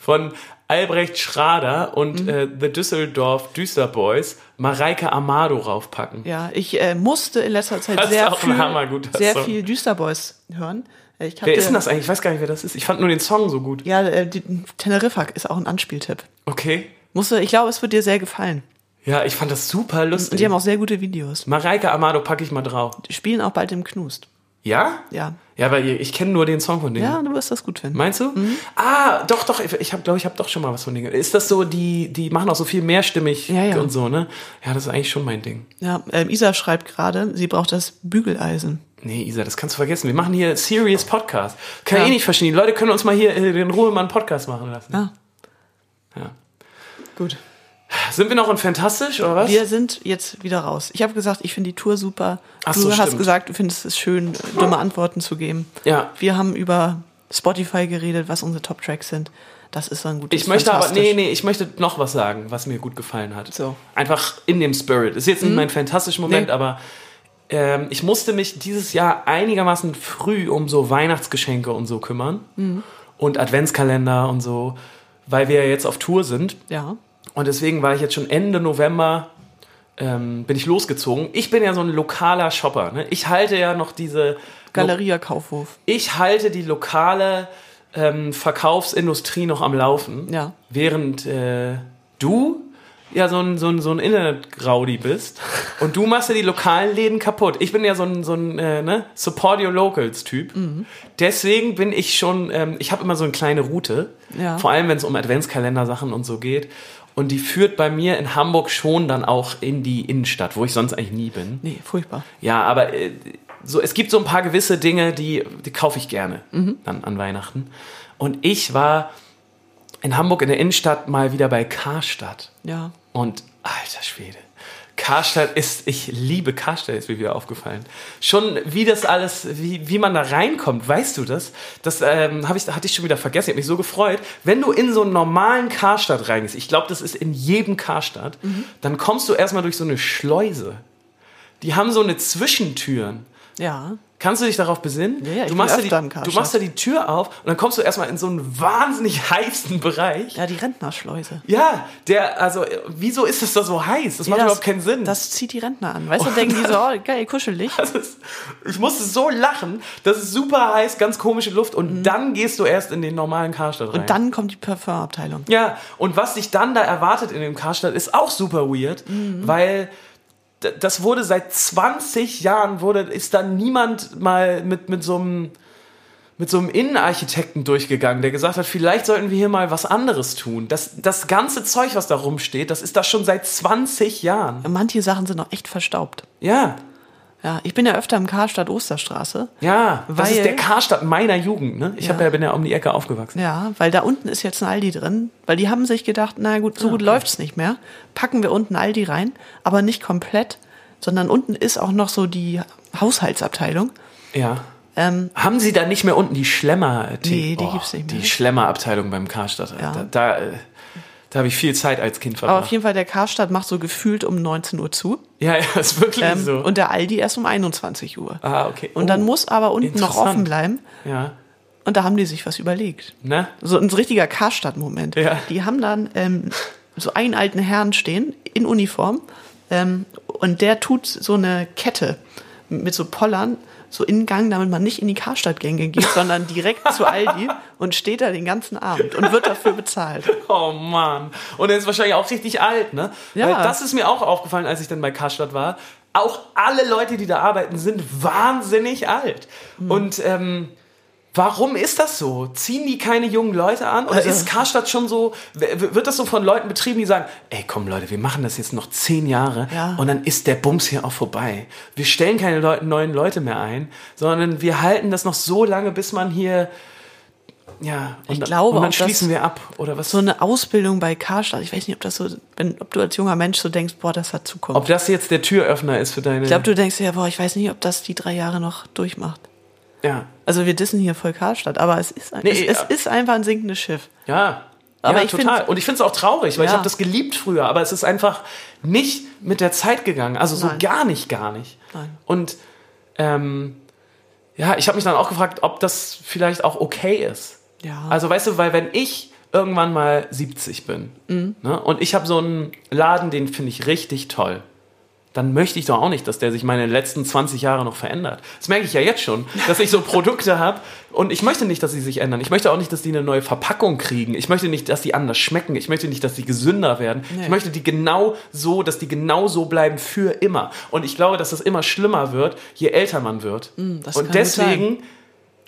[SPEAKER 2] von Albrecht Schrader und
[SPEAKER 3] Mhm.
[SPEAKER 2] äh, The Düsseldorf Düster Boys Mareike Amado raufpacken.
[SPEAKER 3] Ja, ich äh, musste in letzter Zeit
[SPEAKER 2] Das ist
[SPEAKER 3] sehr
[SPEAKER 2] auch ein
[SPEAKER 3] viel,
[SPEAKER 2] hammerguter
[SPEAKER 3] sehr
[SPEAKER 2] Song.
[SPEAKER 3] viel Düsterboys hören. Äh, Ich
[SPEAKER 2] Wer
[SPEAKER 3] hatte-
[SPEAKER 2] ist denn das eigentlich? Ich weiß gar nicht, wer das ist. Ich fand nur den Song so gut.
[SPEAKER 3] Ja, äh, die, Teneriffa ist auch ein Anspieltipp.
[SPEAKER 2] Okay.
[SPEAKER 3] Musste, ich glaube, es wird dir sehr gefallen.
[SPEAKER 2] Ja, ich fand das super lustig.
[SPEAKER 3] Und die haben auch sehr gute Videos.
[SPEAKER 2] Mareike Amado packe ich mal drauf.
[SPEAKER 3] Die spielen auch bald im Knust.
[SPEAKER 2] Ja?
[SPEAKER 3] Ja.
[SPEAKER 2] Ja, aber ich kenne nur den Song von denen.
[SPEAKER 3] Ja, Mhm. du wirst das gut finden.
[SPEAKER 2] Meinst du? Ah, doch, doch. Ich habe, glaube ich, habe doch schon mal was von denen. gehört. Ist das so, die, die machen auch so viel mehrstimmig
[SPEAKER 3] Ja, ja.
[SPEAKER 2] und so, ne? Ja, das ist eigentlich schon mein Ding.
[SPEAKER 3] Ja, ähm, Isa schreibt gerade, sie braucht das Bügeleisen.
[SPEAKER 2] Nee, Isa, das kannst du vergessen. Wir machen hier Serious Podcast. Kann
[SPEAKER 3] Ja.
[SPEAKER 2] ich eh nicht verstehen. Die Leute können uns mal hier äh, den Ruhe mal einen Podcast machen lassen.
[SPEAKER 3] Ja.
[SPEAKER 2] Ja.
[SPEAKER 3] Ah. Gut.
[SPEAKER 2] Sind wir noch in Fantastisch oder was?
[SPEAKER 3] Wir sind jetzt wieder raus. Ich habe gesagt, ich finde die Tour super.
[SPEAKER 2] Ach
[SPEAKER 3] du
[SPEAKER 2] so,
[SPEAKER 3] hast
[SPEAKER 2] stimmt.
[SPEAKER 3] gesagt, du findest es schön, äh, dumme Antworten zu geben.
[SPEAKER 2] Ja.
[SPEAKER 3] Wir haben über Spotify geredet, was unsere Top-Tracks sind. Das ist so ein gutes
[SPEAKER 2] Ich möchte aber,
[SPEAKER 3] Fantastisch.
[SPEAKER 2] nee, nee, ich möchte noch was sagen, was mir gut gefallen hat.
[SPEAKER 3] So. Mhm.
[SPEAKER 2] Einfach in dem Spirit. Ist jetzt nicht mein fantastischer Moment,
[SPEAKER 3] Nee.
[SPEAKER 2] aber ähm, ich musste mich dieses Jahr einigermaßen früh um so Weihnachtsgeschenke und so kümmern.
[SPEAKER 3] Mhm.
[SPEAKER 2] Und Adventskalender und so, weil wir ja jetzt auf Tour sind.
[SPEAKER 3] Ja.
[SPEAKER 2] Und deswegen war ich jetzt schon Ende November, ähm, bin ich losgezogen. Ich bin ja so ein lokaler Shopper. Ne? Ich halte ja noch diese
[SPEAKER 3] Galeria Kaufhof.
[SPEAKER 2] ich halte die lokale ähm, Verkaufsindustrie noch am Laufen,
[SPEAKER 3] Ja.
[SPEAKER 2] während äh, du ja so ein, so ein, so ein Internet-Graudi
[SPEAKER 3] [LAUGHS]
[SPEAKER 2] bist und du machst ja die lokalen Läden kaputt. Ich bin ja so ein, so ein äh, ne? Support Your Locals-Typ.
[SPEAKER 3] Mhm.
[SPEAKER 2] Deswegen bin ich schon, ähm, ich habe immer so eine kleine Route,
[SPEAKER 3] Ja.
[SPEAKER 2] vor allem wenn es um Adventskalendersachen und so geht. Und die führt bei mir in Hamburg schon dann auch in die Innenstadt, wo ich sonst eigentlich nie bin.
[SPEAKER 3] Nee, furchtbar.
[SPEAKER 2] Ja, aber äh, so, es gibt so ein paar gewisse Dinge, die, die kaufe ich gerne dann an Weihnachten. Und ich war in Hamburg in der Innenstadt mal wieder bei Karstadt.
[SPEAKER 3] Ja.
[SPEAKER 2] Und alter Schwede. Karstadt ist, ich liebe Karstadt, ist mir wieder aufgefallen. Schon wie das alles, wie, wie man da reinkommt, weißt du das? Das ähm, hab ich, hatte ich schon wieder vergessen, ich habe mich so gefreut. Wenn du in so einen normalen Karstadt reingehst, ich glaube, das ist in jedem Karstadt, dann kommst du erstmal durch so eine Schleuse. Die haben so eine Zwischentüren.
[SPEAKER 3] Ja.
[SPEAKER 2] Kannst du dich darauf besinnen?
[SPEAKER 3] Ja, ja, ich
[SPEAKER 2] du,
[SPEAKER 3] bin
[SPEAKER 2] machst ja
[SPEAKER 3] öfter
[SPEAKER 2] die,
[SPEAKER 3] im
[SPEAKER 2] du
[SPEAKER 3] Karstadt.
[SPEAKER 2] machst ja die Tür auf und dann kommst du erstmal in so einen wahnsinnig heißen Bereich.
[SPEAKER 3] Ja, die Rentnerschleuse.
[SPEAKER 2] Ja, der, also, äh, wieso ist das da so heiß? Das macht
[SPEAKER 3] Ja,
[SPEAKER 2] überhaupt keinen Sinn.
[SPEAKER 3] Das zieht die Rentner an. Weißt du, denken die
[SPEAKER 2] [LAUGHS]
[SPEAKER 3] so, oh, geil, kuschelig.
[SPEAKER 2] Das ist, ich musste so lachen. Das ist super heiß, ganz komische Luft und dann gehst du erst in den normalen Karstadt rein.
[SPEAKER 3] Mhm. Und dann kommt die Parfümabteilung.
[SPEAKER 2] ja, und was dich dann da erwartet in dem Karstadt ist auch super weird,
[SPEAKER 3] Mhm.
[SPEAKER 2] weil d- das wurde seit 20 Jahren wurde ist da niemand mal mit mit so einem mit so einem Innenarchitekten durchgegangen, der gesagt hat, vielleicht sollten wir hier mal was anderes tun. Das, das ganze Zeug, was da rumsteht, das ist da schon seit 20 Jahren.
[SPEAKER 3] Manche Sachen sind auch echt verstaubt.
[SPEAKER 2] Ja,
[SPEAKER 3] Ja, ich bin ja öfter im Karstadt Osterstraße.
[SPEAKER 2] Ja, das
[SPEAKER 3] Weil-
[SPEAKER 2] ist der Karstadt meiner Jugend. Ne? Ich
[SPEAKER 3] Ja.
[SPEAKER 2] hab ja, bin ja um die Ecke aufgewachsen.
[SPEAKER 3] Ja, weil da unten ist jetzt ein Aldi drin, weil die haben sich gedacht, na gut, so
[SPEAKER 2] Ah,
[SPEAKER 3] gut läuft's nicht mehr. Packen wir unten Aldi rein, aber nicht komplett, sondern unten ist auch noch so die Haushaltsabteilung.
[SPEAKER 2] Ja.
[SPEAKER 3] Ähm,
[SPEAKER 2] Haben Sie da nicht mehr unten die Schlemmer? äh, Oh,
[SPEAKER 3] Nee, die gibt's nicht mehr.
[SPEAKER 2] Die Schlemmerabteilung beim Karstadt.
[SPEAKER 3] Ja.
[SPEAKER 2] Da, da, äh, da habe ich viel Zeit als Kind
[SPEAKER 3] aber auf
[SPEAKER 2] verbracht.
[SPEAKER 3] jeden Fall, der Karstadt macht so gefühlt um 19 Uhr zu
[SPEAKER 2] Ja, ja, [LAUGHS] ist wirklich
[SPEAKER 3] ähm,
[SPEAKER 2] so.
[SPEAKER 3] und der Aldi erst um 21 Uhr.
[SPEAKER 2] ah, okay.
[SPEAKER 3] Und dann
[SPEAKER 2] Oh,
[SPEAKER 3] muss aber unten noch
[SPEAKER 2] interessant.
[SPEAKER 3] offen bleiben
[SPEAKER 2] Ja,
[SPEAKER 3] und da haben die sich was überlegt.
[SPEAKER 2] ne?
[SPEAKER 3] So ein richtiger Karstadt-Moment.
[SPEAKER 2] Ja.
[SPEAKER 3] Die haben dann ähm, so einen alten Herrn stehen in Uniform ähm, und der tut so eine Kette mit so Pollern so in den Gang, damit man nicht in die
[SPEAKER 2] [LAUGHS]
[SPEAKER 3] Karstadt-Gänge geht, sondern direkt zu Aldi und steht da den ganzen Abend und wird dafür bezahlt.
[SPEAKER 2] [LAUGHS] Oh Mann. Und er ist wahrscheinlich auch richtig alt, ne?
[SPEAKER 3] Ja.
[SPEAKER 2] Weil das ist mir auch aufgefallen, als ich dann bei Karstadt war. Auch alle Leute, die da arbeiten, sind wahnsinnig alt.
[SPEAKER 3] Hm.
[SPEAKER 2] Und ähm, warum ist das so? Ziehen die keine jungen Leute an? Oder
[SPEAKER 3] Also-
[SPEAKER 2] ist Karstadt schon so, w- w- wird das so von Leuten betrieben, die sagen, ey komm Leute, wir machen das jetzt noch zehn Jahre
[SPEAKER 3] Ja.
[SPEAKER 2] und dann ist der Bums hier auch vorbei. Wir stellen keine Leu- neuen Leute mehr ein, sondern wir halten das noch so lange, bis man hier, ja, und,
[SPEAKER 3] Ich glaube
[SPEAKER 2] und dann
[SPEAKER 3] auch,
[SPEAKER 2] schließen
[SPEAKER 3] dass-
[SPEAKER 2] wir ab. Oder was?
[SPEAKER 3] So eine Ausbildung bei Karstadt, ich weiß nicht, ob das so, wenn, ob du als junger Mensch so denkst, boah, das hat Zukunft.
[SPEAKER 2] Ob das jetzt der Türöffner ist für deine.
[SPEAKER 3] ich glaube, du denkst ja, boah, ich weiß nicht, ob das die drei Jahre noch durchmacht.
[SPEAKER 2] ja.
[SPEAKER 3] Also wir dissen hier voll Karstadt, aber es ist, ein,
[SPEAKER 2] Nee,
[SPEAKER 3] es,
[SPEAKER 2] ja.
[SPEAKER 3] es ist einfach ein sinkendes Schiff.
[SPEAKER 2] Ja.
[SPEAKER 3] Aber
[SPEAKER 2] ja,
[SPEAKER 3] ich
[SPEAKER 2] total.
[SPEAKER 3] find-
[SPEAKER 2] Und ich finde es auch traurig, weil ich
[SPEAKER 3] Ja.
[SPEAKER 2] habe das geliebt früher, aber es ist einfach nicht mit der Zeit gegangen. Also so
[SPEAKER 3] Nein.
[SPEAKER 2] gar nicht, gar nicht.
[SPEAKER 3] Nein.
[SPEAKER 2] Und ähm, ja, ich habe mich dann auch gefragt, ob das vielleicht auch okay ist.
[SPEAKER 3] Ja.
[SPEAKER 2] Also weißt du, weil wenn ich irgendwann mal 70 bin
[SPEAKER 3] Mhm.
[SPEAKER 2] ne, und ich habe so einen Laden, den finde ich richtig toll, dann möchte ich doch auch nicht, dass der sich meine letzten 20 Jahre noch verändert. Das merke ich ja jetzt schon, dass ich so Produkte habe und ich möchte nicht, dass sie sich ändern. Ich möchte auch nicht, dass die eine neue Verpackung kriegen. Ich möchte nicht, dass die anders schmecken. Ich möchte nicht, dass sie gesünder werden. Ich möchte die genau so, dass die genau so bleiben für immer. Und ich glaube, dass das immer schlimmer wird, je älter man wird.
[SPEAKER 3] Hm, das
[SPEAKER 2] und
[SPEAKER 3] kann gut
[SPEAKER 2] deswegen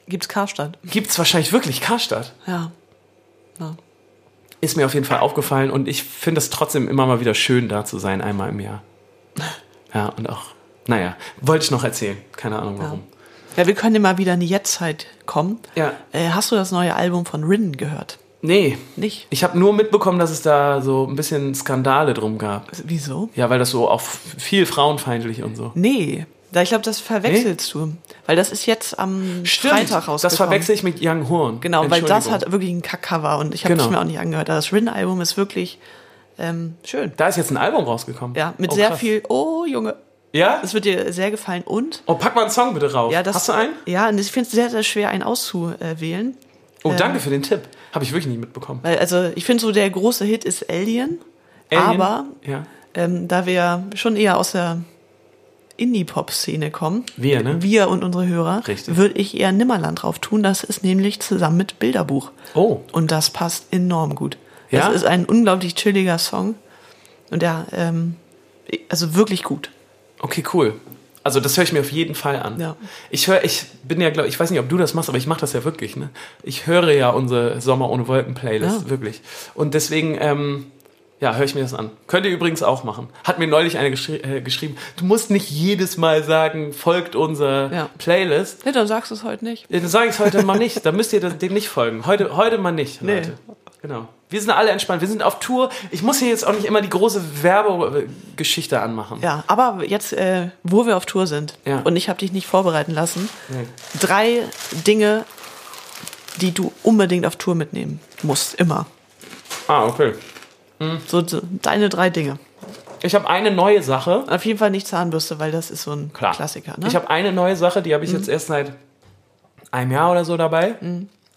[SPEAKER 3] Gibt's Karstadt?
[SPEAKER 2] gibt es wahrscheinlich wirklich Karstadt.
[SPEAKER 3] Ja. ja.
[SPEAKER 2] Ist mir auf jeden Fall aufgefallen und ich finde es trotzdem immer mal wieder schön, da zu sein, einmal im
[SPEAKER 3] [LAUGHS]
[SPEAKER 2] Jahr. Ja, und auch, naja, wollte ich noch erzählen. Keine Ahnung warum.
[SPEAKER 3] Ja, wir können immer wieder in die Jetztzeit kommen.
[SPEAKER 2] Ja.
[SPEAKER 3] Äh, hast du das neue Album von Rin gehört?
[SPEAKER 2] Nee,
[SPEAKER 3] Nicht?
[SPEAKER 2] ich habe nur mitbekommen, dass es da so ein bisschen Skandale drum gab.
[SPEAKER 3] Wieso?
[SPEAKER 2] Ja, weil das so auch f- viel frauenfeindlich und so.
[SPEAKER 3] Nee. Da, ich glaube, das verwechselst du. Weil das ist jetzt am Freitag rausgekommen.
[SPEAKER 2] das verwechsel ich mit Young Horn.
[SPEAKER 3] Genau, weil das
[SPEAKER 2] Entschuldigung.
[SPEAKER 3] hat wirklich ein Kackcover und ich habe es
[SPEAKER 2] Genau.
[SPEAKER 3] mir auch nicht angehört. Aber Das Rin-Album ist wirklich ähm, schön.
[SPEAKER 2] Da ist jetzt ein Album rausgekommen.
[SPEAKER 3] Ja, mit
[SPEAKER 2] Oh,
[SPEAKER 3] sehr
[SPEAKER 2] krass.
[SPEAKER 3] viel, oh Junge,
[SPEAKER 2] Ja?
[SPEAKER 3] das wird dir sehr gefallen. Und,
[SPEAKER 2] Oh, pack mal einen Song bitte rauf.
[SPEAKER 3] ja, das.
[SPEAKER 2] Hast du einen?
[SPEAKER 3] Ja, und ich finde es sehr, sehr schwer, einen auszuwählen.
[SPEAKER 2] Oh,
[SPEAKER 3] Ähm,
[SPEAKER 2] danke für den Tipp. Habe ich wirklich nicht mitbekommen.
[SPEAKER 3] Weil, also, ich finde so, der große Hit ist Alien.
[SPEAKER 2] Alien?
[SPEAKER 3] Aber
[SPEAKER 2] Ja.
[SPEAKER 3] ähm, da wir schon eher aus der Indie-Pop-Szene kommen,
[SPEAKER 2] Wir, ne?
[SPEAKER 3] wir und unsere Hörer,
[SPEAKER 2] Richtig.
[SPEAKER 3] würde ich eher Nimmerland drauf tun. Das ist nämlich zusammen mit Bilderbuch.
[SPEAKER 2] Oh.
[SPEAKER 3] Und das passt enorm gut.
[SPEAKER 2] Ja?
[SPEAKER 3] Das ist ein unglaublich chilliger Song. Und der, ähm, also wirklich gut.
[SPEAKER 2] Okay, cool. Also das höre ich mir auf jeden Fall an.
[SPEAKER 3] Ja.
[SPEAKER 2] Ich höre, ich bin ja, glaube ich, weiß nicht, ob du das machst, aber ich mache das ja wirklich. Ne? Ich höre ja unsere Sommer ohne Wolken Playlist
[SPEAKER 3] Ja.
[SPEAKER 2] wirklich. Und deswegen, ähm, ja, höre ich mir das an. Könnt ihr übrigens auch machen. Hat mir neulich eine geschri äh, geschrieben. Du musst nicht jedes Mal sagen, folgt unserer
[SPEAKER 3] Ja.
[SPEAKER 2] Playlist.
[SPEAKER 3] Ja, dann sagst du es heute nicht.
[SPEAKER 2] Ja, Dann sage ich es heute mal nicht. Da müsst ihr das- dem nicht folgen. Heute, heute mal nicht,
[SPEAKER 3] Nee.
[SPEAKER 2] Leute. Genau. Wir sind alle entspannt. Wir sind auf Tour. Ich muss hier jetzt auch nicht immer die große Werbegeschichte anmachen.
[SPEAKER 3] Ja, aber jetzt, äh, wo wir auf Tour sind
[SPEAKER 2] Ja.
[SPEAKER 3] und ich habe dich nicht vorbereiten lassen,
[SPEAKER 2] Nee.
[SPEAKER 3] drei Dinge, die du unbedingt auf Tour mitnehmen musst, immer.
[SPEAKER 2] Ah, okay.
[SPEAKER 3] So, so deine drei Dinge.
[SPEAKER 2] Ich habe eine neue Sache.
[SPEAKER 3] Auf jeden Fall nicht Zahnbürste, weil das ist so ein
[SPEAKER 2] Klar.
[SPEAKER 3] Klassiker. Ne? Mhm.
[SPEAKER 2] Ich habe eine neue Sache, die habe ich jetzt erst seit einem Jahr oder so dabei.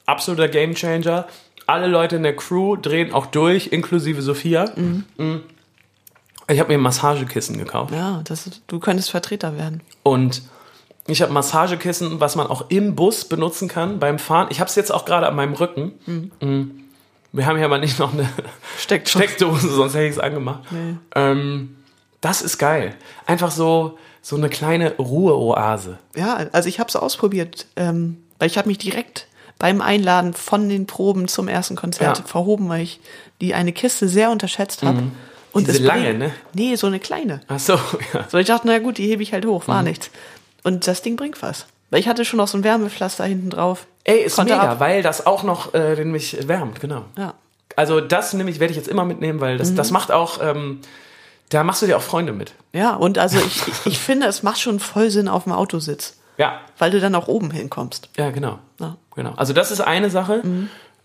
[SPEAKER 2] Absoluter Gamechanger. Alle Leute in der Crew drehen auch durch, inklusive Sophia. Mhm. Ich habe mir ein Massagekissen gekauft.
[SPEAKER 3] ja, das, ist- du könntest Vertreter werden.
[SPEAKER 2] Und ich habe Massagekissen, was man auch im Bus benutzen kann beim Fahren. Ich habe es jetzt auch gerade an meinem Rücken. Mhm. Wir haben hier aber nicht noch eine
[SPEAKER 3] Steckt schon.
[SPEAKER 2] Steckdose, sonst hätte ich es angemacht.
[SPEAKER 3] Nee.
[SPEAKER 2] Ähm, das ist geil. Einfach so, so eine kleine Ruheoase.
[SPEAKER 3] Ja, also ich habe es ausprobiert, ähm, weil ich habe mich direkt beim Einladen von den Proben zum ersten Konzert
[SPEAKER 2] Ja. Mhm.
[SPEAKER 3] verhoben, weil ich die eine Kiste sehr unterschätzt habe. Und
[SPEAKER 2] Diese
[SPEAKER 3] es bringt-
[SPEAKER 2] lange, ne?
[SPEAKER 3] Nee, so eine kleine.
[SPEAKER 2] Ach so, [LAUGHS] ja.
[SPEAKER 3] So, ich dachte, na gut, die hebe ich halt hoch,
[SPEAKER 2] Mhm.
[SPEAKER 3] war nichts. Und das Ding bringt was. Weil ich hatte schon noch so ein Wärmepflaster hinten drauf.
[SPEAKER 2] Ey, ist
[SPEAKER 3] Konnte
[SPEAKER 2] mega,
[SPEAKER 3] ab.
[SPEAKER 2] weil das auch noch äh, den mich wärmt, genau.
[SPEAKER 3] Ja. Mhm.
[SPEAKER 2] Also das nämlich werde ich jetzt immer mitnehmen, weil das, das macht auch, ähm, da machst du dir auch Freunde mit.
[SPEAKER 3] Ja, und also ich, ich finde, es macht schon voll Sinn auf dem Autositz,
[SPEAKER 2] Ja,
[SPEAKER 3] weil du dann auch oben hinkommst.
[SPEAKER 2] ja, genau.
[SPEAKER 3] Ja. Mhm.
[SPEAKER 2] genau. Also das ist eine Sache.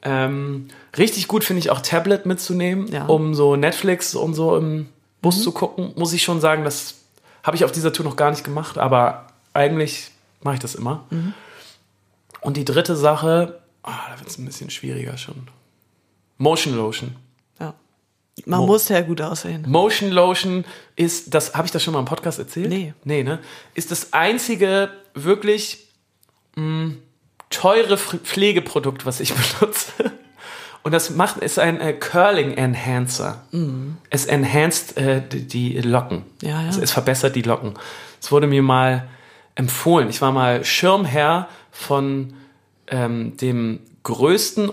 [SPEAKER 2] Ähm, richtig gut finde ich auch Tablet mitzunehmen,
[SPEAKER 3] Ja. Mhm.
[SPEAKER 2] um so Netflix und so im Bus zu gucken. Muss ich schon sagen, das habe ich auf dieser Tour noch gar nicht gemacht, aber eigentlich mache ich das immer.
[SPEAKER 3] Mhm.
[SPEAKER 2] Und die dritte Sache, ah, da wird es ein bisschen schwieriger schon. Motion Lotion.
[SPEAKER 3] Ja. Man
[SPEAKER 2] Mo-
[SPEAKER 3] muss sehr gut aussehen.
[SPEAKER 2] Motion Lotion ist, das habe ich das schon mal im Podcast erzählt?
[SPEAKER 3] Nee.
[SPEAKER 2] Nee, ne? Ist das einzige wirklich mh, teure Pf- Pflegeprodukt, was ich [LAUGHS] benutze. Und das macht, ist ein äh, Curling Enhancer. Es enhanced äh, die, die Locken.
[SPEAKER 3] Mhm. Ja, ja.
[SPEAKER 2] Es, es verbessert die Locken. Es wurde mir mal empfohlen. Ich war mal Schirmherr von ähm, dem größten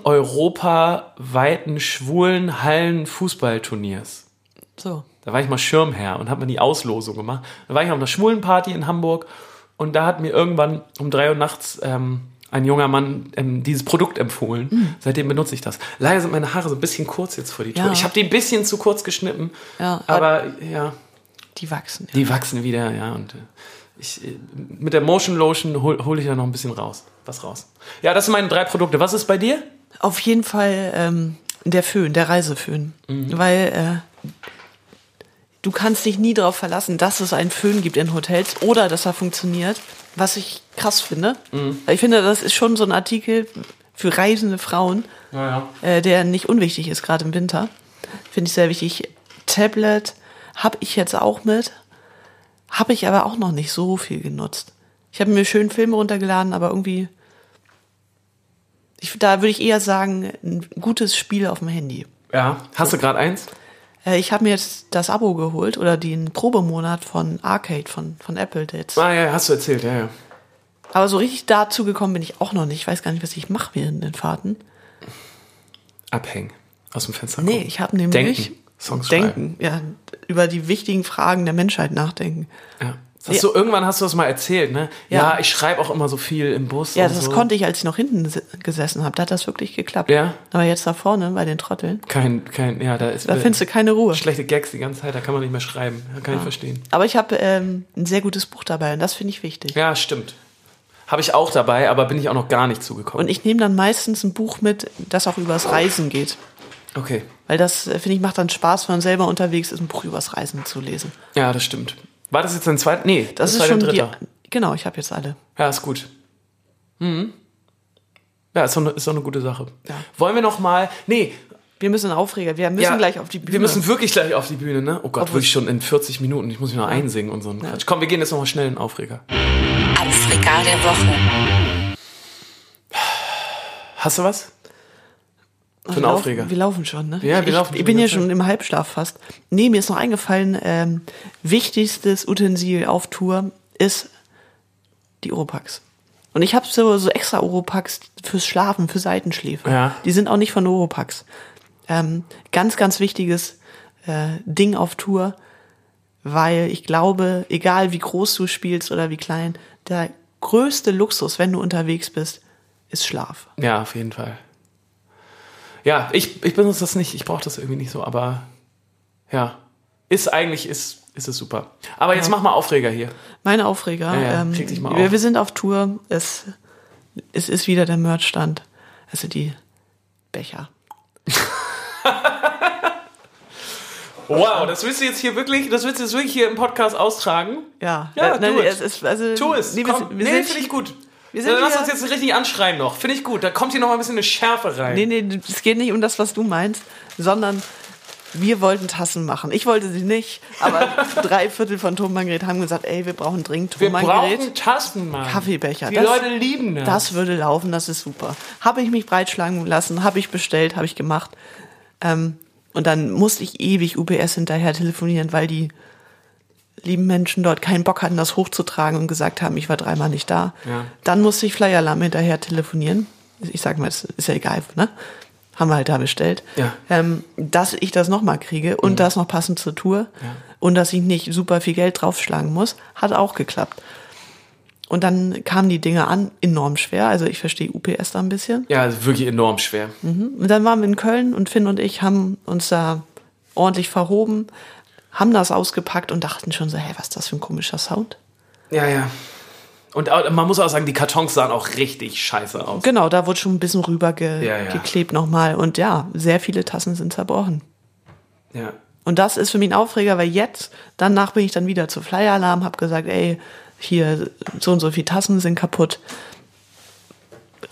[SPEAKER 2] europaweiten schwulen Hallen-Fußballturniers.
[SPEAKER 3] So.
[SPEAKER 2] Da war ich mal Schirmherr und habe mir die Auslosung gemacht. Da war ich auf einer Schwulenparty in Hamburg und da hat mir irgendwann um drei Uhr nachts ähm, ein junger Mann ähm, dieses Produkt empfohlen. Seitdem benutze ich das. Leider sind meine Haare so ein bisschen kurz jetzt vor die Tour.
[SPEAKER 3] Mhm. Ja.
[SPEAKER 2] Ich habe die ein bisschen zu kurz geschnitten,
[SPEAKER 3] Ja,
[SPEAKER 2] aber ja,
[SPEAKER 3] Die wachsen. Ja.
[SPEAKER 2] die wachsen wieder, ja. Und äh, ich, äh, mit der Motion Lotion hole hol ich da noch ein bisschen raus. Was raus. Ja, das sind meine drei Produkte. Was ist bei dir?
[SPEAKER 3] Auf jeden Fall ähm, der Föhn, der Reiseföhn. Weil äh, du kannst dich nie darauf verlassen, dass es einen Föhn gibt in Hotels oder dass er funktioniert. Was ich krass finde. Weil ich finde, das ist schon so ein Artikel für reisende Frauen,
[SPEAKER 2] Naja.
[SPEAKER 3] äh, der nicht unwichtig ist, gerade im Winter. Finde ich sehr wichtig. Tablet habe ich jetzt auch mit, habe ich aber auch noch nicht so viel genutzt. Ich habe mir schön Filme runtergeladen, aber irgendwie, ich, da würde ich eher sagen, ein gutes Spiel auf dem Handy.
[SPEAKER 2] Ja. Hast du gerade eins?
[SPEAKER 3] Äh, ich habe mir jetzt das Abo geholt oder den Probemonat von Arcade von, von Apple jetzt.
[SPEAKER 2] Ah ja, hast du erzählt, ja, ja.
[SPEAKER 3] Aber so richtig dazu gekommen bin ich auch noch nicht. Ich weiß gar nicht, was ich mache während den Fahrten.
[SPEAKER 2] Abhängen. Aus dem Fenster
[SPEAKER 3] Nee,
[SPEAKER 2] gucken.
[SPEAKER 3] ich habe nämlich
[SPEAKER 2] Denken. Songs schreiben.
[SPEAKER 3] denken, ja, über die wichtigen Fragen der Menschheit nachdenken.
[SPEAKER 2] Ja. Das Hast du, irgendwann hast du das mal erzählt, ne? Ja,
[SPEAKER 3] Ja.
[SPEAKER 2] ich schreibe auch immer so viel im Bus.
[SPEAKER 3] Ja,
[SPEAKER 2] und
[SPEAKER 3] das
[SPEAKER 2] so.
[SPEAKER 3] konnte ich, als ich noch hinten si- gesessen habe. Da hat das wirklich geklappt.
[SPEAKER 2] Ja.
[SPEAKER 3] Aber jetzt da vorne bei den Trotteln,
[SPEAKER 2] Kein, kein, ja, da ist
[SPEAKER 3] da findest du keine Ruhe.
[SPEAKER 2] schlechte Gags die ganze Zeit, da kann man nicht mehr schreiben. Ja, kann ich verstehen.
[SPEAKER 3] Aber ich habe ähm, ein sehr gutes Buch dabei und das finde ich wichtig.
[SPEAKER 2] Ja, stimmt. Habe ich auch dabei, aber bin ich auch noch gar nicht zugekommen.
[SPEAKER 3] Und ich nehme dann meistens ein Buch mit, das auch übers Reisen geht.
[SPEAKER 2] okay.
[SPEAKER 3] Weil das, äh, finde ich, macht dann Spaß, wenn man selber unterwegs ist, ein Buch übers Reisen zu lesen.
[SPEAKER 2] Ja, das stimmt. War das jetzt dein zweiter? Nee,
[SPEAKER 3] Das,
[SPEAKER 2] war
[SPEAKER 3] ist schon
[SPEAKER 2] dein dritter.
[SPEAKER 3] die. Genau, ich habe jetzt alle.
[SPEAKER 2] Ja, ist gut. Mhm. Ja, ist doch eine, ist doch eine gute Sache.
[SPEAKER 3] Ja.
[SPEAKER 2] Wollen wir noch mal? Nee,
[SPEAKER 3] Wir müssen Aufreger, wir müssen
[SPEAKER 2] ja,
[SPEAKER 3] gleich auf die Bühne.
[SPEAKER 2] Wir müssen wirklich gleich auf die Bühne, ne? Oh Gott,
[SPEAKER 3] Obwohl-
[SPEAKER 2] wirklich schon in 40 Minuten. Ich muss mich noch einsingen und so einen Quatsch. Komm, wir gehen jetzt noch mal schnell in den Aufreger.
[SPEAKER 1] Ans Regal der Woche.
[SPEAKER 2] Hast du was? Für einen
[SPEAKER 3] Wir laufen-
[SPEAKER 2] Aufreger.
[SPEAKER 3] Wir laufen schon, ne?
[SPEAKER 2] Ja, wir
[SPEAKER 3] ich,
[SPEAKER 2] laufen
[SPEAKER 3] Ich
[SPEAKER 2] schon
[SPEAKER 3] bin
[SPEAKER 2] die
[SPEAKER 3] ja
[SPEAKER 2] ganze
[SPEAKER 3] schon im Halbschlaf fast. Nee, mir ist noch eingefallen, ähm, wichtigstes Utensil auf Tour ist die Oropax. Und ich habe so, so extra Oropax fürs Schlafen, für Seitenschläfer.
[SPEAKER 2] Ja.
[SPEAKER 3] Die sind auch nicht von Oropax. Ähm, ganz, ganz wichtiges äh, Ding auf Tour, weil ich glaube, egal wie groß du spielst oder wie klein, der größte Luxus, wenn du unterwegs bist, ist Schlaf.
[SPEAKER 2] Ja, auf jeden Fall. Ja, ich, ich benutze das nicht, ich brauche das irgendwie nicht so, aber ja. Ist eigentlich, ist, ist es super. Aber jetzt mach mal Aufreger hier.
[SPEAKER 3] Mein Aufreger.
[SPEAKER 2] Ja, ja,
[SPEAKER 3] ähm,
[SPEAKER 2] klick dich mal
[SPEAKER 3] wir,
[SPEAKER 2] auf.
[SPEAKER 3] wir sind auf Tour. Es, es ist wieder der Merchstand. Also die Becher.
[SPEAKER 2] Wow, das willst du jetzt hier wirklich, das willst du jetzt wirklich hier im Podcast austragen?
[SPEAKER 3] Ja,
[SPEAKER 2] Ja,
[SPEAKER 3] äh, nein,
[SPEAKER 2] tu es.
[SPEAKER 3] es ist, also,
[SPEAKER 2] Tu es.
[SPEAKER 3] Nee, wir,
[SPEAKER 2] komm.
[SPEAKER 3] wir
[SPEAKER 2] nee,
[SPEAKER 3] sind,
[SPEAKER 2] finde ich gut.
[SPEAKER 3] wir sind
[SPEAKER 2] Dann lass
[SPEAKER 3] hier-
[SPEAKER 2] uns jetzt richtig anschreien noch. Finde ich gut. Da kommt hier noch mal ein bisschen eine Schärfe rein.
[SPEAKER 3] Nee, nee, es geht nicht um das, was du meinst, sondern wir wollten Tassen machen. Ich wollte sie nicht, aber
[SPEAKER 2] [LAUGHS]
[SPEAKER 3] drei Viertel von Tom Manfred haben gesagt, ey, wir brauchen dringend Tom
[SPEAKER 2] Wir
[SPEAKER 3] Manfred.
[SPEAKER 2] brauchen Tassen, Mann.
[SPEAKER 3] Kaffeebecher.
[SPEAKER 2] Die
[SPEAKER 3] Das-
[SPEAKER 2] Leute lieben das.
[SPEAKER 3] Das würde laufen, das ist super. Habe ich mich breitschlagen lassen, habe ich bestellt, habe ich gemacht. Ähm, und dann musste ich ewig UPS hinterher telefonieren, weil die lieben Menschen dort keinen Bock hatten, das hochzutragen und gesagt haben, ich war dreimal nicht da.
[SPEAKER 2] Ja.
[SPEAKER 3] Dann musste ich Flyer-Alarm hinterher telefonieren. Ich sag mal, es ist ja egal, ne? Haben wir halt da bestellt.
[SPEAKER 2] Ja. Mhm.
[SPEAKER 3] Ähm, dass ich das nochmal kriege und das noch passend zur Tour und dass ich nicht super viel Geld draufschlagen muss, hat auch geklappt. Und dann kamen die Dinge an, enorm schwer. Also ich verstehe UPS da ein bisschen.
[SPEAKER 2] Ja, ist wirklich enorm schwer.
[SPEAKER 3] Und dann waren wir in Köln und Finn und ich haben uns da ordentlich verhoben, haben das ausgepackt und dachten schon so, hey, was ist das für ein komischer Sound?
[SPEAKER 2] Ja, ja. Und au- man muss auch sagen, die Kartons sahen auch richtig scheiße aus.
[SPEAKER 3] Genau, da wurde schon ein bisschen rüber ge
[SPEAKER 2] Ja, ja.
[SPEAKER 3] geklebt nochmal. Und ja, sehr viele Tassen sind zerbrochen.
[SPEAKER 2] Ja.
[SPEAKER 3] Und das ist für mich ein Aufreger, weil jetzt, danach bin ich dann wieder zu Flyer Alarm, habe gesagt, ey, hier so und so viele Tassen sind kaputt.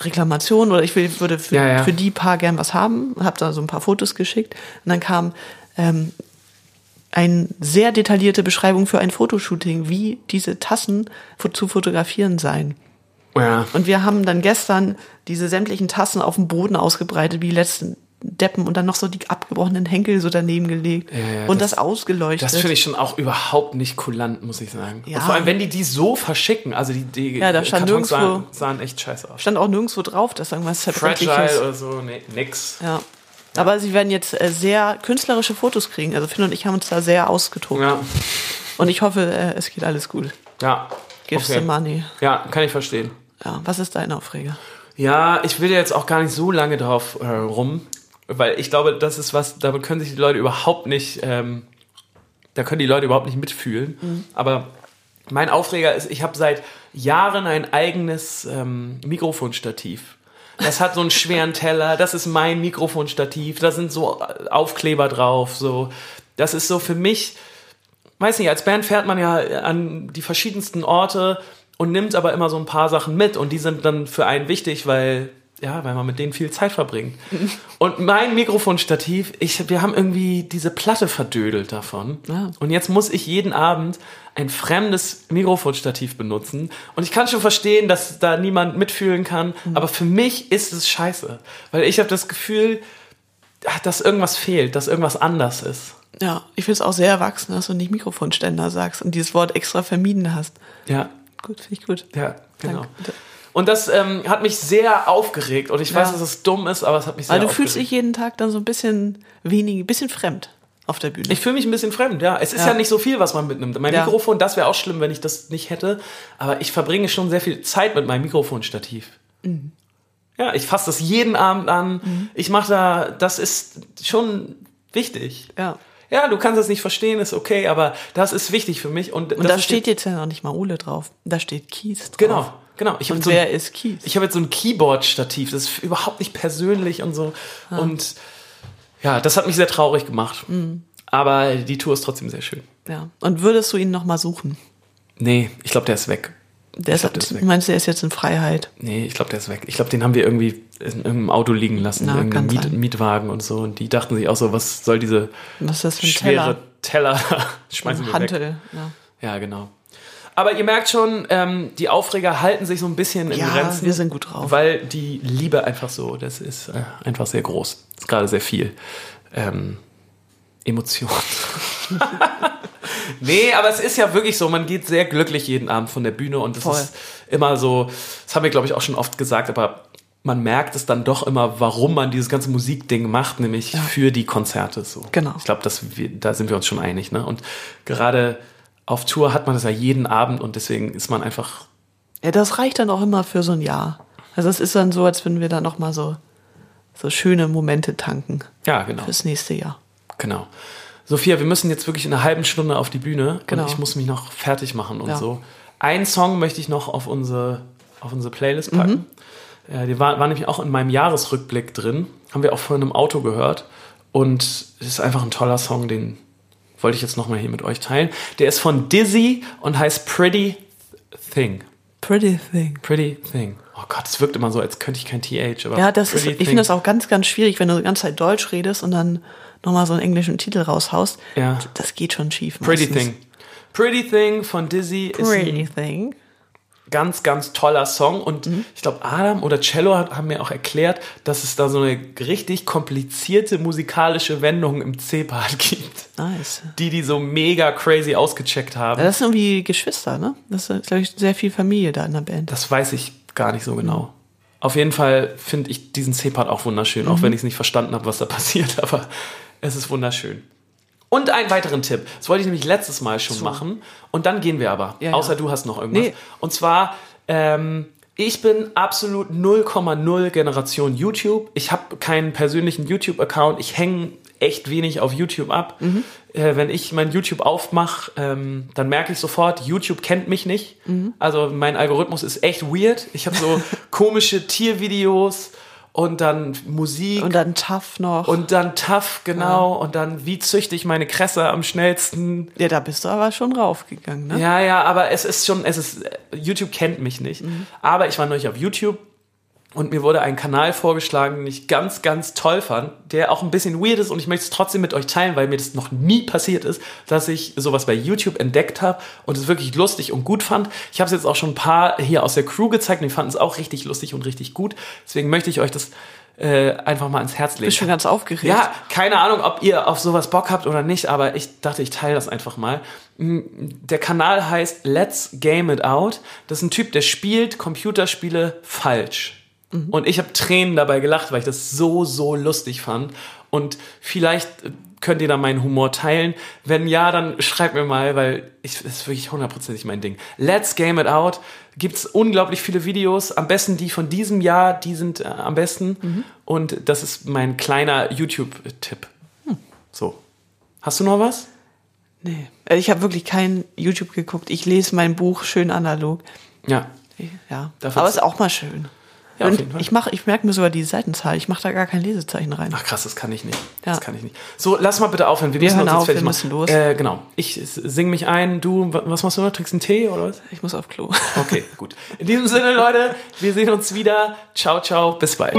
[SPEAKER 3] Reklamation oder ich will, würde für,
[SPEAKER 2] Ja, ja.
[SPEAKER 3] für die paar gern was haben, habe da so ein paar Fotos geschickt und dann kam ähm, eine sehr detaillierte Beschreibung für ein Fotoshooting, wie diese Tassen fo- zu fotografieren seien.
[SPEAKER 2] Ja.
[SPEAKER 3] Und wir haben dann gestern diese sämtlichen Tassen auf dem Boden ausgebreitet, wie die letzten Deppen und dann noch so die abgebrochenen Henkel so daneben gelegt
[SPEAKER 2] ja,
[SPEAKER 3] und
[SPEAKER 2] das-
[SPEAKER 3] das, ausgeleuchtet.
[SPEAKER 2] Das finde ich schon auch überhaupt nicht kulant, muss ich sagen.
[SPEAKER 3] Ja.
[SPEAKER 2] Und vor allem, wenn die die so verschicken, also die, die
[SPEAKER 3] Ja, da stand
[SPEAKER 2] Kartons sahen,
[SPEAKER 3] nirgendwo-
[SPEAKER 2] sahen echt scheiße aus.
[SPEAKER 3] stand auch nirgendwo drauf, dass irgendwas
[SPEAKER 2] Fragile
[SPEAKER 3] zerbrechliches.
[SPEAKER 2] oder so, nee, nix.
[SPEAKER 3] Ja. Aber sie werden jetzt äh, sehr künstlerische Fotos kriegen. Also Finn und ich haben uns da sehr ausgetobt.
[SPEAKER 2] Ja,
[SPEAKER 3] Und ich hoffe, äh, es geht alles gut.
[SPEAKER 2] ja.
[SPEAKER 3] Gives the money.
[SPEAKER 2] Ja, kann ich verstehen.
[SPEAKER 3] Ja, was ist dein Aufreger?
[SPEAKER 2] Ja, ich will ja jetzt auch gar nicht so lange drauf äh, rum, weil ich glaube, das ist was, damit können sich die Leute überhaupt nicht, ähm, da können die Leute überhaupt nicht mitfühlen. Aber mein Aufreger ist, ich habe seit Jahren ein eigenes ähm, Mikrofonstativ. Das hat so einen schweren Teller, das ist mein Mikrofonstativ, da sind so Aufkleber drauf, so. Das ist so für mich, weiß nicht, als Band fährt man ja äh, an die verschiedensten Orte und nimmt aber immer so ein paar Sachen mit und die sind dann für einen wichtig, weil ja, weil man mit denen viel Zeit verbringt. Und mein Mikrofonstativ, ich, wir haben irgendwie diese Platte verdödelt davon.
[SPEAKER 3] Ah.
[SPEAKER 2] Und jetzt muss ich jeden Abend ein fremdes Mikrofonstativ benutzen. Und ich kann schon verstehen, dass da niemand mitfühlen kann, aber für mich ist es scheiße. Weil ich habe das Gefühl, ah, dass irgendwas fehlt, dass irgendwas anders ist.
[SPEAKER 3] Ja, ich finde es auch sehr erwachsen, dass du nicht Mikrofonständer sagst und dieses Wort extra vermieden hast.
[SPEAKER 2] Ja,
[SPEAKER 3] Gut, finde ich gut.
[SPEAKER 2] Ja, genau.
[SPEAKER 3] Danke. äh,
[SPEAKER 2] Und das ähm, hat mich sehr aufgeregt. Und ich weiß,
[SPEAKER 3] Ja.
[SPEAKER 2] dass es dumm ist, aber es hat mich sehr
[SPEAKER 3] Weil Also du
[SPEAKER 2] aufgeregt.
[SPEAKER 3] fühlst dich jeden Tag dann so ein bisschen wenig, ein bisschen fremd auf der Bühne.
[SPEAKER 2] ich fühle mich ein bisschen fremd, ja. Es ist ja,
[SPEAKER 3] Ja.
[SPEAKER 2] nicht so viel, was man mitnimmt. Mein
[SPEAKER 3] Ja.
[SPEAKER 2] Mikrofon, das wäre auch schlimm, wenn ich das nicht hätte. Aber ich verbringe schon sehr viel Zeit mit meinem Mikrofonstativ.
[SPEAKER 3] Mhm.
[SPEAKER 2] Ja, ich fasse das jeden Abend an. Ich mache da, das ist schon wichtig.
[SPEAKER 3] ja.
[SPEAKER 2] Ja, du kannst das nicht verstehen, ist okay, aber das ist wichtig für mich. Und,
[SPEAKER 3] Und
[SPEAKER 2] das
[SPEAKER 3] da
[SPEAKER 2] ist
[SPEAKER 3] steht jetzt ja noch nicht mal Ole drauf. Da steht Kies drauf.
[SPEAKER 2] die, genau, genau. Ich hab
[SPEAKER 3] Und
[SPEAKER 2] so ein-
[SPEAKER 3] wer ist Kies?
[SPEAKER 2] Ich habe jetzt so ein Keyboard-Stativ, das ist überhaupt nicht persönlich und so.
[SPEAKER 3] Ah.
[SPEAKER 2] Und ja, das hat mich sehr traurig gemacht.
[SPEAKER 3] Mhm.
[SPEAKER 2] Aber die Tour ist trotzdem sehr schön.
[SPEAKER 3] ja. Und würdest du ihn nochmal suchen?
[SPEAKER 2] Nee, ich glaube, der ist weg.
[SPEAKER 3] Der ist,
[SPEAKER 2] glaub, der ist weg.
[SPEAKER 3] du meinst, der ist jetzt in Freiheit.
[SPEAKER 2] Nee, ich glaube, der ist weg. Ich glaube, den haben wir irgendwie in irgendeinem Auto liegen lassen,
[SPEAKER 3] Na,
[SPEAKER 2] in irgendeinem
[SPEAKER 3] kann
[SPEAKER 2] Miet
[SPEAKER 3] sein.
[SPEAKER 2] Mietwagen und so. Und die dachten sich auch so, was soll diese
[SPEAKER 3] Was ist das für ein
[SPEAKER 2] schwere
[SPEAKER 3] Teller?
[SPEAKER 2] Teller? [LAUGHS] Schmeißen wir weg.
[SPEAKER 3] Hantel. Ja,
[SPEAKER 2] Ja, genau. Aber ihr merkt schon, ähm, die Aufreger halten sich so ein bisschen in
[SPEAKER 3] ja
[SPEAKER 2] Grenzen.
[SPEAKER 3] wir sind gut drauf.
[SPEAKER 2] Weil die Liebe einfach so, das ist äh, einfach sehr groß. Ist gerade sehr viel. Ähm,
[SPEAKER 3] [LAUGHS]
[SPEAKER 2] Emotion. nee, aber es ist ja wirklich so, man geht sehr glücklich jeden Abend von der Bühne und das
[SPEAKER 3] Voll.
[SPEAKER 2] ist immer so, das haben wir glaube ich auch schon oft gesagt, aber man merkt es dann doch immer, warum man dieses ganze Musikding macht, nämlich für die Konzerte so.
[SPEAKER 3] Genau.
[SPEAKER 2] Ich glaube, dass wir, da sind wir uns schon einig, ne? Und gerade auf Tour hat man das ja jeden Abend und deswegen ist man einfach
[SPEAKER 3] Ja, das reicht dann auch immer für so ein Jahr. Also es ist dann so, als würden wir da nochmal so so schöne Momente tanken
[SPEAKER 2] Ja, genau.
[SPEAKER 3] fürs nächste Jahr.
[SPEAKER 2] Genau. Sophia, wir müssen jetzt wirklich in einer halben Stunde auf die Bühne
[SPEAKER 3] Genau.
[SPEAKER 2] und ich muss mich noch fertig machen und
[SPEAKER 3] Ja.
[SPEAKER 2] so. Einen Song möchte ich noch auf unsere, auf unsere Playlist packen.
[SPEAKER 3] Mhm.
[SPEAKER 2] Äh, die war, war nämlich auch in meinem Jahresrückblick drin. Haben wir auch vorhin im Auto gehört. Und es ist einfach ein toller Song, den wollte ich jetzt nochmal hier mit euch teilen. Der ist von Dizzy und heißt Pretty Thing.
[SPEAKER 3] Pretty thing.
[SPEAKER 2] Pretty Thing. Oh Gott, es wirkt immer so, als könnte ich kein TH. Aber
[SPEAKER 3] Ja, das ist,
[SPEAKER 2] Pretty
[SPEAKER 3] ich finde das auch ganz, ganz schwierig, wenn du die ganze Zeit Deutsch redest und dann nochmal so einen englischen Titel raushaust.
[SPEAKER 2] Ja.
[SPEAKER 3] Das geht schon schief.
[SPEAKER 2] Pretty
[SPEAKER 3] meistens.
[SPEAKER 2] Thing. Pretty Thing von Dizzy ist ein
[SPEAKER 3] Pretty Mhm. Thing.
[SPEAKER 2] ganz, ganz toller Song. Und ich glaube, Adam oder Cello hat, haben mir auch erklärt, dass es da so eine richtig komplizierte musikalische Wendung im C-Part gibt,
[SPEAKER 3] Nice.
[SPEAKER 2] die die so mega crazy ausgecheckt haben.
[SPEAKER 3] Ja, das sind irgendwie Geschwister, ne? Das ist, glaube ich, sehr viel Familie da in der Band.
[SPEAKER 2] Das weiß ich gar nicht so genau. Auf jeden Fall finde ich diesen C-Part auch wunderschön,
[SPEAKER 3] Mhm.
[SPEAKER 2] auch wenn ich es nicht verstanden habe, was da [LAUGHS] passiert, aber es ist wunderschön. Und einen weiteren Tipp. Das wollte ich nämlich letztes Mal schon machen. Und dann gehen wir aber.
[SPEAKER 3] Ja, ja.
[SPEAKER 2] Außer du hast noch irgendwas.
[SPEAKER 3] Nee.
[SPEAKER 2] Und zwar, ähm, ich bin absolut 0,0 Generation YouTube. Ich habe keinen persönlichen YouTube-Account. Ich hänge echt wenig auf YouTube ab.
[SPEAKER 3] Mhm.
[SPEAKER 2] Äh, wenn ich mein YouTube aufmache, ähm, dann merke ich sofort, YouTube kennt mich nicht.
[SPEAKER 3] Mhm.
[SPEAKER 2] Also mein Algorithmus ist echt weird. Ich habe
[SPEAKER 3] [LAUGHS]
[SPEAKER 2] so komische Tiervideos und dann Musik
[SPEAKER 3] Und dann Tough noch.
[SPEAKER 2] und dann tough, genau. Und dann, wie züchte ich meine Kresse am schnellsten?
[SPEAKER 3] ja, da bist du aber schon raufgegangen, ne?
[SPEAKER 2] Ja, ja, aber es ist schon, es ist, YouTube kennt mich nicht. Aber ich war neulich auf YouTube und mir wurde ein Kanal vorgeschlagen, den ich ganz, ganz toll fand, der auch ein bisschen weird ist und ich möchte es trotzdem mit euch teilen, weil mir das noch nie passiert ist, dass ich sowas bei YouTube entdeckt habe und es wirklich lustig und gut fand. Ich habe es jetzt auch schon ein paar hier aus der Crew gezeigt und die fanden es auch richtig lustig und richtig gut. Deswegen möchte ich euch das äh, einfach mal ans Herz legen.
[SPEAKER 3] Bist schon ganz aufgeregt.
[SPEAKER 2] Ja, keine Ahnung, ob ihr auf sowas Bock habt oder nicht, aber ich dachte, ich teile das einfach mal. Der Kanal heißt Let's Game It Out. Das ist ein Typ, der spielt Computerspiele falsch. Und ich habe Tränen dabei gelacht, weil ich das so, so lustig fand. Und vielleicht äh, könnt ihr da meinen Humor teilen. Wenn ja, dann schreibt mir mal, weil ich, das ist wirklich hundertprozentig mein Ding. Let's Game It Out. Gibt's unglaublich viele Videos. Am besten die von diesem Jahr, die sind äh, am besten. Und das ist mein kleiner YouTube-Tipp. So. Hast du noch was?
[SPEAKER 3] Nee. Also Ich habe wirklich kein YouTube geguckt. Ich lese mein Buch schön analog.
[SPEAKER 2] Ja.
[SPEAKER 3] Ich- Ja.
[SPEAKER 2] Dafür
[SPEAKER 3] Aber
[SPEAKER 2] ist-
[SPEAKER 3] ist auch mal schön.
[SPEAKER 2] Ja, auf
[SPEAKER 3] und
[SPEAKER 2] jeden Fall.
[SPEAKER 3] ich mach, ich merke mir sogar die Seitenzahl. Ich mache da gar kein Lesezeichen rein.
[SPEAKER 2] Ach krass, das kann ich nicht.
[SPEAKER 3] Ja.
[SPEAKER 2] Das kann ich nicht. So, lass mal bitte aufhören. Wir, müssen
[SPEAKER 3] hören
[SPEAKER 2] uns jetzt
[SPEAKER 3] auf,
[SPEAKER 2] fertig
[SPEAKER 3] wir
[SPEAKER 2] machen.
[SPEAKER 3] müssen los.
[SPEAKER 2] Äh, genau. Ich s- sing mich ein. Du, wa- was machst du noch? Trinkst einen Tee oder was?
[SPEAKER 3] Ich muss auf Klo.
[SPEAKER 2] [LAUGHS] Okay, gut. In diesem Sinne, Leute, wir sehen uns wieder. Ciao, ciao. Bis bald.